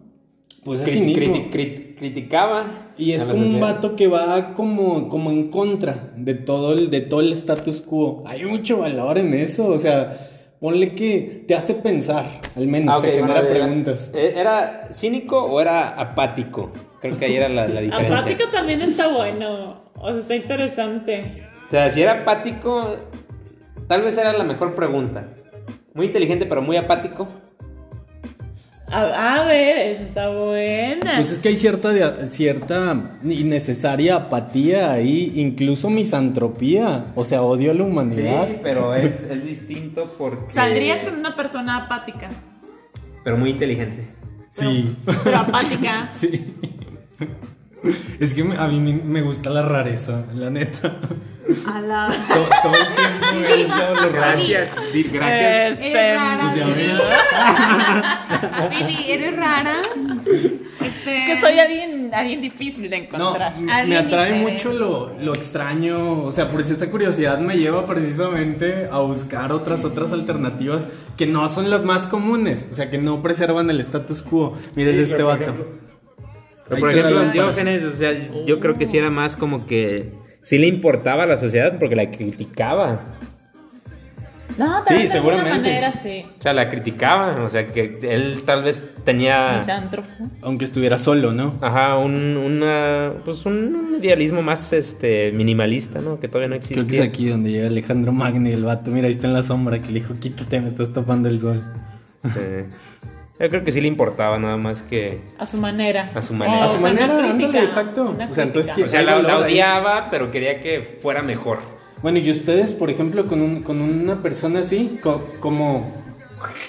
E: Pues es
B: cri-
E: cinismo.
B: criti- crit- criticaba.
E: Y es
B: a la
E: como un
B: sociedad.
E: vato que va como, como en contra de todo, el, de todo el status quo. Hay mucho valor en eso, o sea, ponle que te hace pensar, al menos,
B: Ah, ok,
E: te genera
B: bueno, era-
E: preguntas.
B: eh, ¿Era cínico o era apático? Creo que ahí
A: <laughs>
B: era la, la diferencia.
A: Apático también está bueno. O sea, está interesante.
B: O sea, si era apático, tal vez era la mejor pregunta. Muy inteligente, pero muy apático.
A: A, a ver, está buena.
E: Pues es que hay cierta, dia- cierta innecesaria apatía ahí, incluso misantropía, o sea, odio a la humanidad.
B: pero es, es distinto porque.
A: Saldrías con una persona apática.
B: Pero muy inteligente.
E: Sí,
A: Pero apática.
E: <laughs> sí. Es que me- a mí me- me gusta la rareza, la neta. <laughs>
C: A <laughs> la.
E: todo, todo el tiempo es todo lo raro.
B: Dir,
A: Gracias.
C: Eres rara,
E: Pues ya
C: Vivi.
E: ves.
C: Vivi, eres rara. Este...
A: Es que soy alguien, alguien difícil de
E: No,
A: encontrar.
E: me- me
C: Alguien
E: atrae
C: diferente.
E: mucho lo, lo extraño, o sea, por eso esa curiosidad me lleva precisamente a buscar otras otras alternativas que no son las más comunes, o sea, que no preservan el status quo. Miren
B: Sí,
E: este
B: pero por
E: vato.
B: ejemplo-
E: Ahí
B: Pero por
E: está la
B: ejemplo,
E: lámpara.
B: Diógenes, o sea, yo creo que sí era más como que sí le importaba a la sociedad porque la criticaba.
A: No,
E: Sí,
A: tal vez de alguna
E: seguramente.
A: manera sí.
B: O sea, la criticaba, o sea, que él tal vez
E: Ah.
B: tenía
A: Misántropo.
E: Aunque estuviera solo, ¿no?
B: ajá, un una pues un, un idealismo más este minimalista, ¿no? Que todavía no
E: Creo que es
B: existía.
E: aquí donde llega Alejandro Magni, el vato. Mira, ahí está en la sombra que le dijo, quítate, me estás tapando el sol.
B: Sí. Este, Yo creo que sí le importaba nada más que
A: A su manera.
B: A su manera.
A: O
B: A
E: su
A: sea, una
E: manera,
A: crítica,
E: ándale, exacto.
A: una
E: O sea, entonces
A: crítica.
B: o sea,
E: Hay
B: la, la
E: valor ahí.
B: odiaba, pero quería que fuera mejor.
E: Bueno, y ustedes, por ejemplo, con, un- con una persona así, co- ¿cómo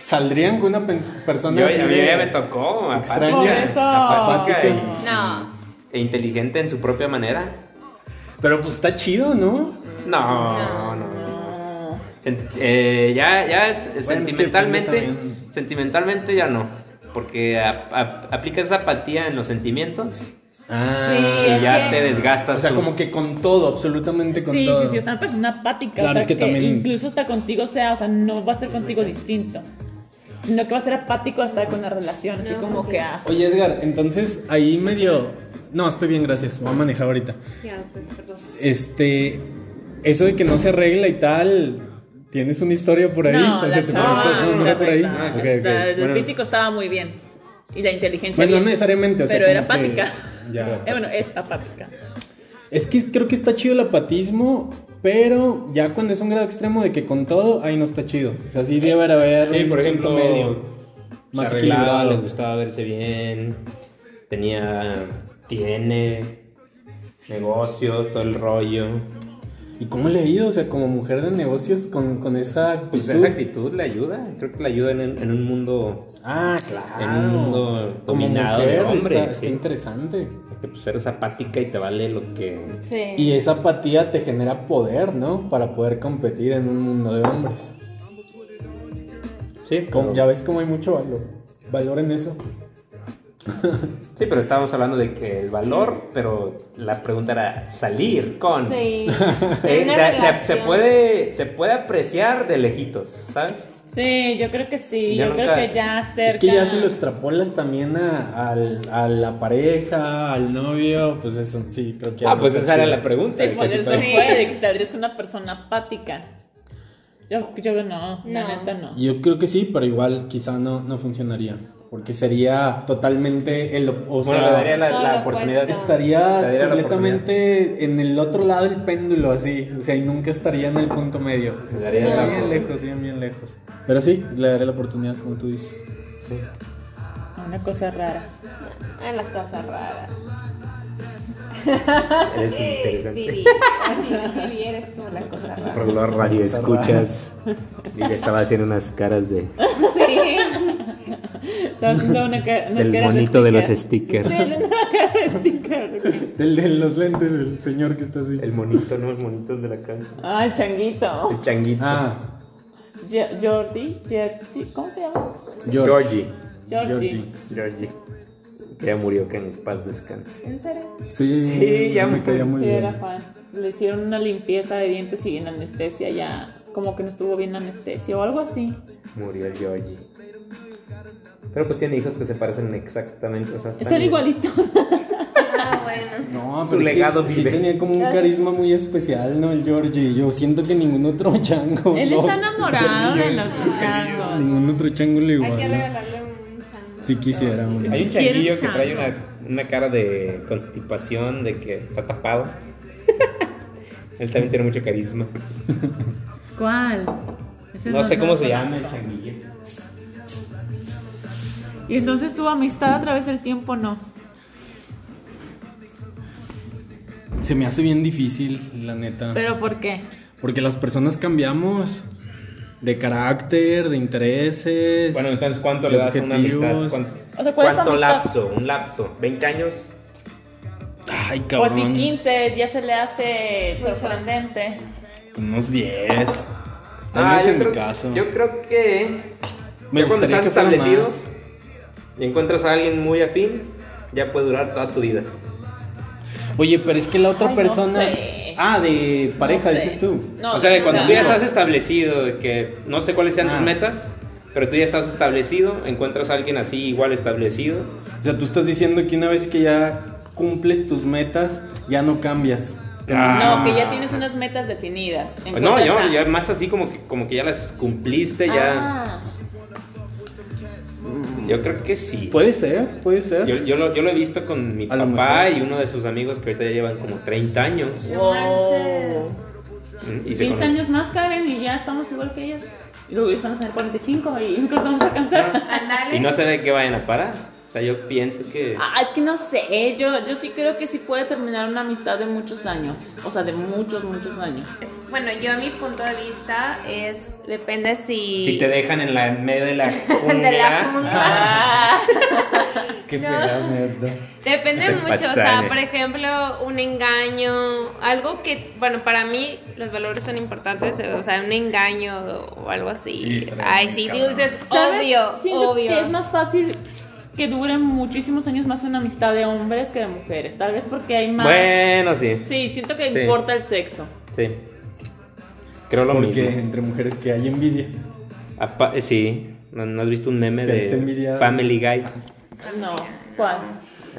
E: saldrían con una pens- persona
B: Yo,
E: así?
B: a mí
E: de-
B: ya me tocó, apática,
E: extraña.
A: Por eso.
B: apática y-
E: Apática.
C: No.
B: e inteligente en su propia manera.
E: Pero pues está chido, ¿no?
B: No, no, no.
A: Ah.
B: Sent- eh, ya, ya es, es
E: Bueno, sí,
B: sentimentalmente,
E: depende también.
B: sentimentalmente ya no, porque a- a- aplicas esa apatía en los sentimientos
E: Ah,
A: Sí,
B: y
A: es
B: ya
A: que-
B: te desgastas.
E: o sea,
B: pues tú.
E: como que con todo, absolutamente con
A: Sí,
E: todo.
A: sí, sí, es una persona apática.
E: Claro,
A: o sea,
E: es que
A: que,
E: también-
A: incluso hasta contigo, o sea, o sea, no va a ser contigo distinto. Sino que va a ser apático hasta con la relación, así
C: No,
A: como
C: sí.
A: que ah,
E: Oye, Edgar, entonces ahí medio... No, estoy bien, gracias. Voy a manejar ahorita.
C: Ya sé, perdón.
E: Este, eso de que no se arregla y tal... ¿Tienes una historia por ahí?
A: No,
E: O sea,
A: la
E: ¿te
A: chava
E: preocupa- no,
A: no
E: no
A: se
E: era por ahí.
A: arregla.
E: Ok, ok.
A: O sea, El
E: Bueno,
A: físico estaba muy bien. Y la inteligencia.
E: Bueno,
A: bien.
E: no necesariamente, o sea,
A: Pero era
E: como que-
A: apática.
E: ya.
A: <laughs> Eh, bueno, es apática.
E: Es que creo que está chido el apatismo, pero ya cuando es un grado extremo de que con todo, ahí no está chido. O sea, sí debe haber
B: Sí,
E: un
B: por ejemplo,
E: punto medio
B: se
E: más
B: arreglaba,
E: equilibrado.
B: le gustaba verse bien, tenía, tiene negocios, todo el rollo.
E: ¿Y cómo le ha ido? O sea, como mujer de negocios con, con esa
B: Pues
E: actitud.
B: esa actitud le ayuda, creo que le ayuda en, en un mundo
E: Ah, claro.
B: En un mundo dominado de hombres,
E: está-
B: sí.
E: está interesante.
B: que pues eres apática y te vale lo que
C: Sí.
E: Y esa apatía te genera poder, ¿no? Para poder competir en un mundo de hombres.
B: Sí,
E: Como-
B: pero-
E: ya ves cómo hay mucho valor. Valor en eso.
B: sí, pero estábamos hablando de que el valor, pero la pregunta era salir con. <laughs>
C: Sí.
B: Eh,
C: Una
B: se, se- se
C: relación.
B: puede, se puede apreciar de lejitos, ¿sabes?
A: Sí, yo creo que sí.
B: Ya
A: yo
B: nunca-
A: creo que ya cerca.
E: Es que ya si lo extrapolas también a, al- a la pareja, al novio, pues eso sí, creo que... ya
B: ah,
E: no
B: pues
E: está
B: esa era
E: chido.
B: la pregunta.
A: Sí,
B: que
A: por
B: se
A: eso
B: puede-
A: fue, de que saldrías con una persona apática. Yo, yo no, la
C: No.
A: neta no.
E: Yo creo que sí, pero igual quizá no, no funcionaría, porque sería totalmente el... op- O
B: Bueno, le
E: sea,
B: daría la,
C: Todo
B: la
C: lo
B: oportunidad.
C: opuesto.
E: estaría
B: le daría la
E: completamente en el otro lado del péndulo, así, o sea, y nunca estaría en el punto medio. O sea,
B: Le daría
E: estaría
B: la-
E: bien lejos, bien, bien lejos. Pero sí, le daré la oportunidad, como tú dices. sí.
A: Una cosa rara.
C: A Ah, las cosas raras.
B: Eres interesante.
C: Vivi, así Vivi eres tú la
B: <laughs>
C: cosa rara.
F: Por los radioescuchas. Y le estaba haciendo unas caras de,
C: Sí.
A: Estaba haciendo una ca- unas
F: del
A: caras
F: monito de los
A: sticker.
F: stickers.
A: Sí, una cara de sticker.
E: Del de los lentes, el señor que está así.
F: El monito, no, el monito de la casa.
A: Ah, el changuito.
F: El changuito.
E: Ah,
A: Ge- Jordi, Georgie, ¿cómo se llama?
E: George.
A: Georgie.
F: Georgie. Que ya murió, que en paz descanse.
C: ¿En serio?
E: Sí,
F: Sí, ya
E: me
F: me-
E: caía muy
A: sí,
E: bien.
A: era fan. Le hicieron una limpieza de dientes y en anestesia ya. Como que no estuvo bien anestesia o algo así.
F: Murió el Georgie. Pero pues tiene hijos que se parecen exactamente. O sea,
A: Están igualitos.
C: Ah, bueno.
E: No,
F: Su
E: pero es que
F: legado
E: sí
F: vive.
E: tenía como un carisma muy especial, ¿no? El Georgie. Yo siento que ningún otro <laughs> chango.
A: Él
E: ¿no?
A: está enamorado de los changos.
E: Ningún otro chango le
C: Hay que
E: igual.
C: regalarle un chango.
E: Si quisiera,
B: Hay
E: güey.
B: un
A: Quiero un
B: changuillo que
A: chango.
B: trae una, una cara de constipación, de que
A: <laughs>
B: está tapado. Él también tiene mucho carisma.
A: ¿Cuál? Ese
B: No sé cómo
A: lo
B: se llama el
A: conozco.
B: changuillo.
A: Y entonces tu amistad a través del tiempo no.
E: Se me hace bien difícil, la neta.
A: ¿Pero por qué?
E: Porque las personas cambiamos de carácter, de intereses.
B: Bueno, entonces, ¿cuánto
E: de
B: le das a una amistad?
E: objetivos.
B: ¿Cuánto,
A: O sea, ¿cuál es tu
B: cuánto
A: amistad?
B: lapso? ¿Un lapso? ¿20 años?
E: Ay,
A: Pues
E: cabrón.
A: si 15 ya se le hace
C: Mucho.
A: sorprendente.
E: Unos 10. Al menos en mi caso.
B: Yo Ah, creo que.
E: Me
B: ya cuando
E: gustaría
B: estás
E: que fuera
B: establecido
E: más.
B: y encuentras a alguien muy afín, ya puede durar toda tu vida.
E: Oye, pero es que la otra
A: Ay, no
E: persona.
A: sé.
E: Ah, de pareja,
A: No sé.
E: dices tú.
A: No,
B: o sea, que cuando
A: no,
B: tú ya
A: no.
B: estás establecido, de que no sé cuáles sean
E: Ah.
B: tus metas, pero tú ya estás establecido, encuentras a alguien así igual establecido.
E: O sea, tú estás diciendo que una vez que ya cumples tus metas, ya no cambias.
B: Ah.
A: No, que ya tienes unas metas definidas.
B: No,
A: Encuentras
B: yo
A: a-
B: ya más así como que, como que ya las cumpliste, ya.
A: Ah,
B: Yo creo que sí.
E: Puede ser, puede ser.
B: Yo, yo lo, yo lo he visto con mi
E: Pues, A lo
B: papá
E: mejor.
B: y uno de sus amigos que ahorita ya llevan como 30 años.
C: No
A: wow.
C: manches.
B: mm, Y se
A: 15
B: conocen.
A: años más, Karen, y ya estamos igual que ellos. Y luego ellos van a tener 45 y <laughs> nunca los vamos a
B: Ah.
A: alcanzar.
C: Andale.
B: Y no se ve que vayan a parar. O sea, yo pienso que.
A: Ah, es que no sé, yo, yo sí creo que sí puede terminar una amistad de muchos años. O sea, de muchos, muchos años.
C: Es- Bueno, yo mi punto de vista es depende si
B: Si te dejan en la en medio
A: <laughs>
B: de la ah,
C: de la
B: jungla.
C: jungla.
A: Ah.
E: Qué
C: No.
E: fregada <laughs> mierda.
C: Depende
B: Se
C: mucho, o sea,
B: pasan, eh.
C: por ejemplo, un engaño, algo que, bueno, para mí los valores son importantes, eh, o sea, un engaño o algo
E: Sí,
C: así.
E: estaría
C: Ay,
E: muy
C: sí,
E: cabrón.
C: dices,
A: ¿Sabes?
C: obvio,
A: Siento
C: obvio.
A: que es más fácil que dure muchísimos años más una amistad de hombres que de mujeres. Tal vez porque hay más.
B: Bueno, sí.
A: Sí, siento que
B: Sí.
A: importa el sexo.
B: Sí. Creo lo
E: Porque
B: mismo.
E: entre mujeres que hay envidia.
B: Apa- eh, sí. ¿No, no has visto un meme
E: Se-
B: de
E: se envidia.
B: Family Guy?
A: No, ¿cuál?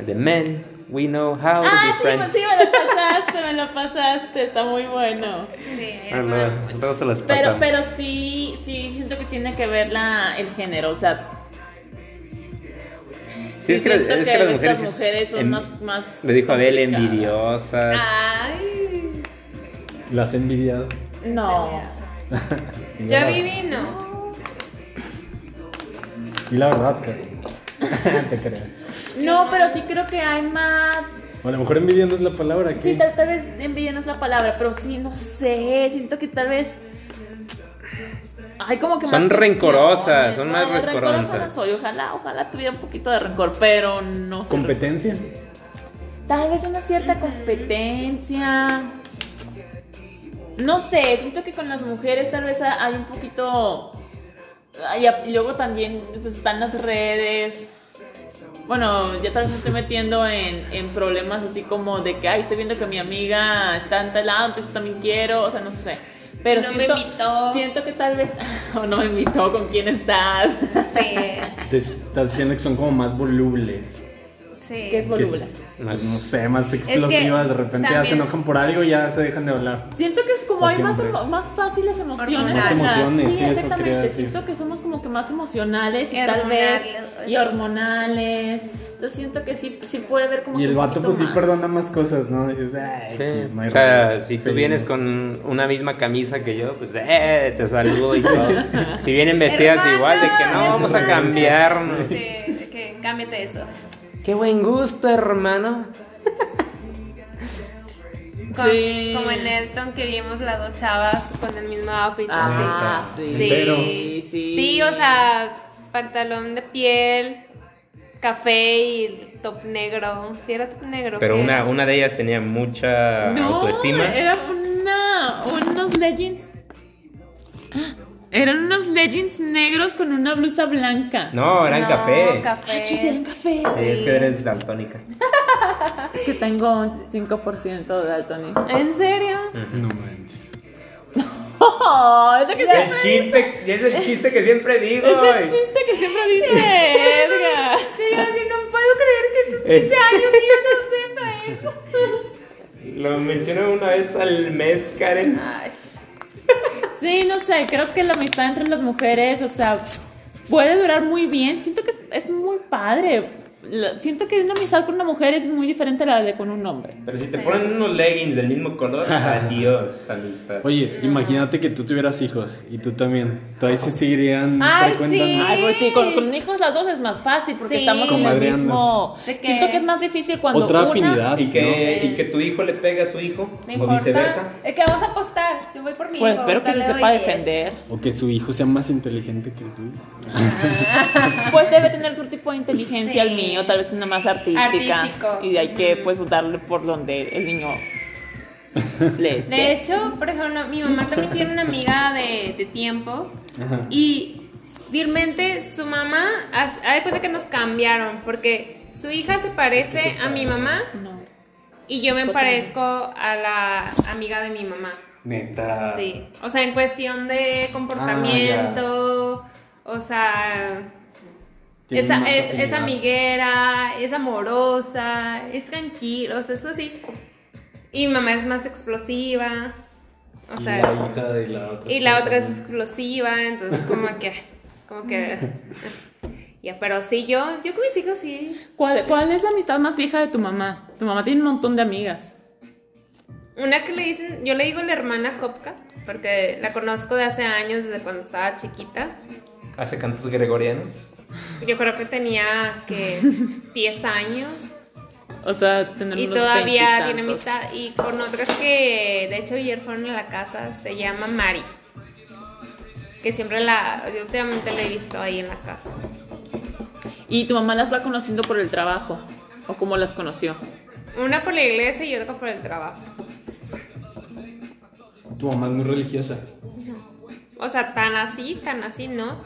B: The men, we know how to
A: Ah,
B: be
A: sí,
B: friends.
A: sí, me lo pasaste, me lo pasaste, está muy bueno.
C: Sí,
B: Ah, no,
C: bueno,
B: todos se las
A: Pero,
B: pasamos.
A: pero sí, sí, siento que tiene que ver la, el género, o sea,
B: Sí, es que,
A: siento
B: es que las mujeres,
A: las
B: es-
A: mujeres son
B: en-
A: más, más...
B: Me dijo Abel,
A: complicadas. Ah.
B: envidiosas.
C: Ay,
E: Las has envidiado.
A: No,
C: yo a Vivi no.
E: Y la verdad, Karen. <laughs> te creas.
A: no, pero sí creo que hay más...
E: O a lo mejor envidia no es la palabra. ¿qué?
A: Sí, tal, tal vez envidia no es la palabra, pero sí, no sé, siento que tal vez... Ay, como que más
B: Son
A: cuestiones.
B: rencorosas, son más
A: No, rencorosa
B: rencorosas.
A: no soy, ojalá, ojalá tuviera un poquito de rencor, pero no soy
E: Competencia.
A: tal vez una cierta competencia. No sé, siento que con las mujeres tal vez ha- hay un poquito... ay, a- Y luego también pues, están las redes. Bueno, ya tal vez me estoy metiendo en, en problemas así como de que, ay, estoy viendo que mi amiga está en tal lado, entonces yo también quiero, o sea, no sé. Pero
C: No me
A: siento,
C: invitó.
A: siento que tal vez... <laughs> O no me invitó, ¿con quién
C: <laughs>
A: estás?
C: Sí,
E: Te estás diciendo que son como más volubles.
C: sí.
A: que es
E: Que es-
A: volúbula.
B: Más-
E: No sé, más explosivas. de repente ya se
C: también-
E: enojan por algo y ya se dejan de hablar.
A: Siento que es como
E: Para
A: hay más,
E: siempre.
A: emo- más fáciles emociones.
C: Hormonales.
A: en las-
E: Más emociones, sí, eso quería
A: exactamente.
E: decir.
A: Siento que somos como que más emocionales y tal
C: Hormonal,
A: vez.
C: o
A: y hormonales. Entonces siento que sí, sí puede haber como.
E: Y
A: que un
E: el vato
A: poquito
E: pues sí
A: más.
E: perdona más cosas, ¿no? Dices, "Ah,
F: Sí,
E: X, no hay
F: o sea,
E: rollo".
F: si tú
E: Sí,
F: vienes
E: no.
F: con una misma camisa que yo, pues eh, te saludo y todo.
A: <laughs>
F: Si vienen vestidas
C: Hermano,
F: igual, de que no, vamos a
C: hermano.
F: cambiarnos.
C: Sí, de que cámbiate eso.
F: Qué buen gusto, hermano.
C: Con-
A: Sí.
C: Como en Elton que vimos las dos chavas con el mismo outfit.
A: Ah,
C: así.
A: sí.
C: Sí,
A: sí.
C: Sí, o sea, pantalón de piel, café y el top negro. Sí, era top negro.
B: Pero
C: ¿qué
B: una,
C: era?
B: una de ellas tenía mucha
A: No,
B: autoestima.
A: Era una, unos leggings. Ah, Eran unos leggings negros con una blusa blanca.
B: No, eran
C: No,
B: café.
A: Ah, chis, eran
C: café.
A: café.
B: Sí, Es que eres daltónica.
A: Es que tengo un 5% de daltonismo.
C: ¿En serio?
E: No manches.
A: Oh, es lo que
B: El
A: siempre
B: chiste, es el chiste que siempre digo.
A: Es el
B: y-
A: chiste que siempre dice Edgar.
C: Sí, yo así, no puedo creer que estos 15
B: Eh.
C: años y yo no sepa eso.
B: Lo menciono una vez al mes, Karen.
C: Ay,
A: Sí, no sé, creo que la amistad entre las mujeres, o sea, puede durar muy bien. Siento que es muy padre. La- Siento que una amistad con una mujer es muy diferente a la de con un hombre.
B: Pero si te ponen unos leggings del mismo color, adiós, amistad.
E: Oye, imagínate que tú tuvieras hijos y tú también. Todavía se seguirían
C: Ay,
E: frecuentando.
A: Ay, pues sí, con, con hijos las dos es más fácil porque
C: Sí.
A: estamos en el
E: Comadreando.
A: mismo.
C: ¿De qué?
A: Siento que es más difícil cuando
E: Otra
A: una-
E: afinidad.
B: Y que,
C: No.
B: y que tu hijo le pegue a su hijo,
C: no
B: o
C: importa.
B: viceversa.
C: Es que vamos a apostar. Yo voy por mi
A: Pues
C: hijo,
A: espero que se
C: dale,
A: sepa
C: oye.
A: defender.
E: O que su hijo sea más inteligente que el tuyo.
A: Pues debe tener otro tipo de inteligencia
C: Sí.
A: el mío, tal vez una más artística.
C: Artístico.
A: Y hay que pues darle por donde el niño
C: <laughs>
A: le
C: De hecho, por ejemplo, mi mamá también tiene una amiga de, de tiempo
E: Ajá.
C: y virmente su mamá, haz haz de cuenta que nos cambiaron porque su hija se parece a mi mamá
A: No.
C: y yo me
A: Otra
C: parezco a la amiga de mi mamá.
E: Neta.
C: Sí, o sea, en cuestión de comportamiento, o sea,
E: Tienen
C: es,
E: más
C: es, es
E: afinidad.
C: amiguera, es amorosa, es tranquila, o sea, eso sí. Y mi mamá es más explosiva, o
E: Y
C: sea,
E: la hija de la otra.
C: y la otra es
E: también.
C: explosiva, entonces como que, como
E: <laughs>
C: que, ya, pero sí, yo, yo con mis hijos sí.
A: ¿Cuál, cuál es la amistad más vieja de tu mamá? Tu mamá tiene un montón de amigas.
C: Una que le dicen, yo le digo la hermana Kopka, porque la conozco de hace años, desde cuando estaba chiquita.
B: Hace cantos gregorianos.
C: Yo creo que tenía que 10 años
A: O sea, tener
C: y
A: unos
C: todavía tiene
A: veintitantos.
C: amistad. Y con otras que, de hecho, ayer fueron a la casa, se llama Mari. Que siempre la, yo últimamente la he visto ahí en la casa.
A: Y tu mamá las va conociendo por el trabajo. ¿O cómo las conoció?
C: Una por la iglesia y otra por el trabajo.
E: Tu mamá es muy religiosa.
C: O sea, tan así, tan así, ¿no?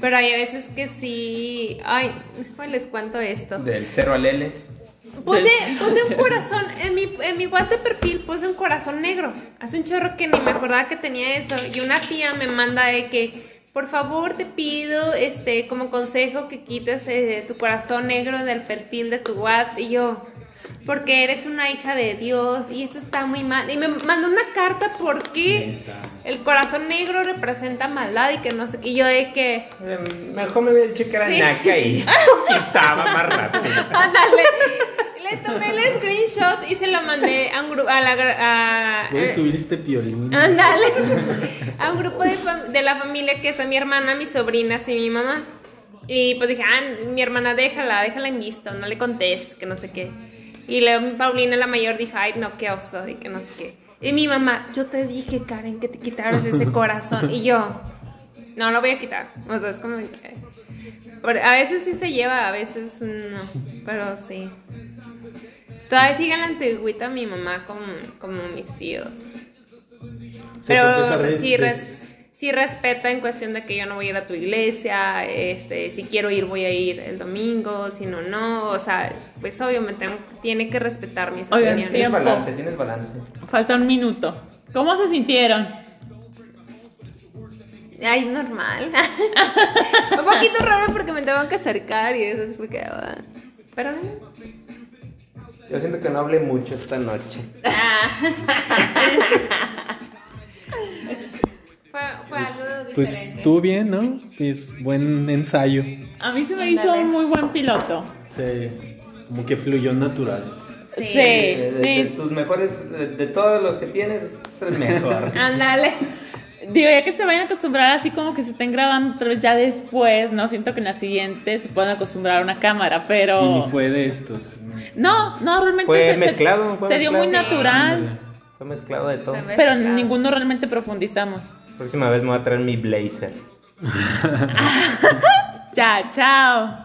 C: Pero hay veces que sí. Ay, pues les cuento esto.
B: Del 0 al L.
C: Puse, puse un corazón, en mi, en mi WhatsApp de perfil puse un corazón negro. Hace un chorro que ni me acordaba que tenía eso. Y una tía me manda de que, por favor, te pido este como consejo que quites eh, tu corazón negro del perfil de tu WhatsApp. Y yo, porque eres una hija de Dios y esto está muy mal. Y me mandó una carta porque
E: Neta.
C: el corazón negro representa maldad y que no sé. qué. Y yo de que...
B: Eh, Mejor me voy a checar a
C: Sí.
A: <laughs>
B: Naka y estaba más rápido.
C: Ándale. Le tomé el screenshot y se lo mandé a un grupo a la gra- a- eh,
E: Voy a subir este piolín.
C: Ándale. A un grupo de, fam- de la familia que es a mi hermana, mis sobrinas y mi mamá. Y pues dije, ah, mi hermana, déjala, déjala en visto, no le contes, que no sé qué. Y luego Paulina, la mayor, dijo, ay, no, qué oso, y que no sé qué. Y mi mamá, yo te dije, Karen, que te quitaras ese corazón. Y yo, no, lo voy a quitar. O sea, es como que... por- a veces sí se lleva, a veces no, pero sí. Todavía sigue en la antigüita mi mamá como, como mis tíos.
E: O sea, tú a pesar
C: Pero
E: de-
C: sí,
E: de-
C: res- sí respeta en cuestión de que yo no voy a ir a tu iglesia, este, si quiero ir voy a ir el domingo, si no, no, o sea, pues obvio me tengo- tiene que respetar mis
A: Oigan,
C: opiniones.
B: Tienes
A: Tiempo.
B: balance, tienes balance.
A: Falta un minuto. ¿Cómo se sintieron?
C: Ay,
A: <laughs>
C: normal. <laughs> Un poquito raro porque me tengo que acercar y eso es porque... ah, Pero...
F: Yo siento que no hablé mucho esta noche.
C: Fue, fue algo
E: Pues
C: diferente.
E: estuvo bien, ¿no? Pues buen ensayo.
A: A mí se me hizo
C: Ándale.
A: un muy buen piloto.
E: Sí. Como que fluyó natural.
A: Sí,
B: Eh, De,
A: sí.
B: de- de tus mejores, de, de todos los que tienes, es el
A: <laughs>
B: mejor.
C: Ándale.
A: Digo, ya que se vayan a acostumbrar así como que se estén grabando, pero ya después, ¿no? Siento que en la siguiente se pueden acostumbrar a una cámara, pero...
E: Y ni fue de estos.
A: No, no, realmente
B: Fue
A: se, se-
B: mezclado, fue
A: se dio muy
B: mezclado.
A: natural,
B: Fue mezclado de todo.
A: pero ninguno realmente profundizamos.
B: Próxima vez me voy a traer mi blazer.
A: Ya, chao.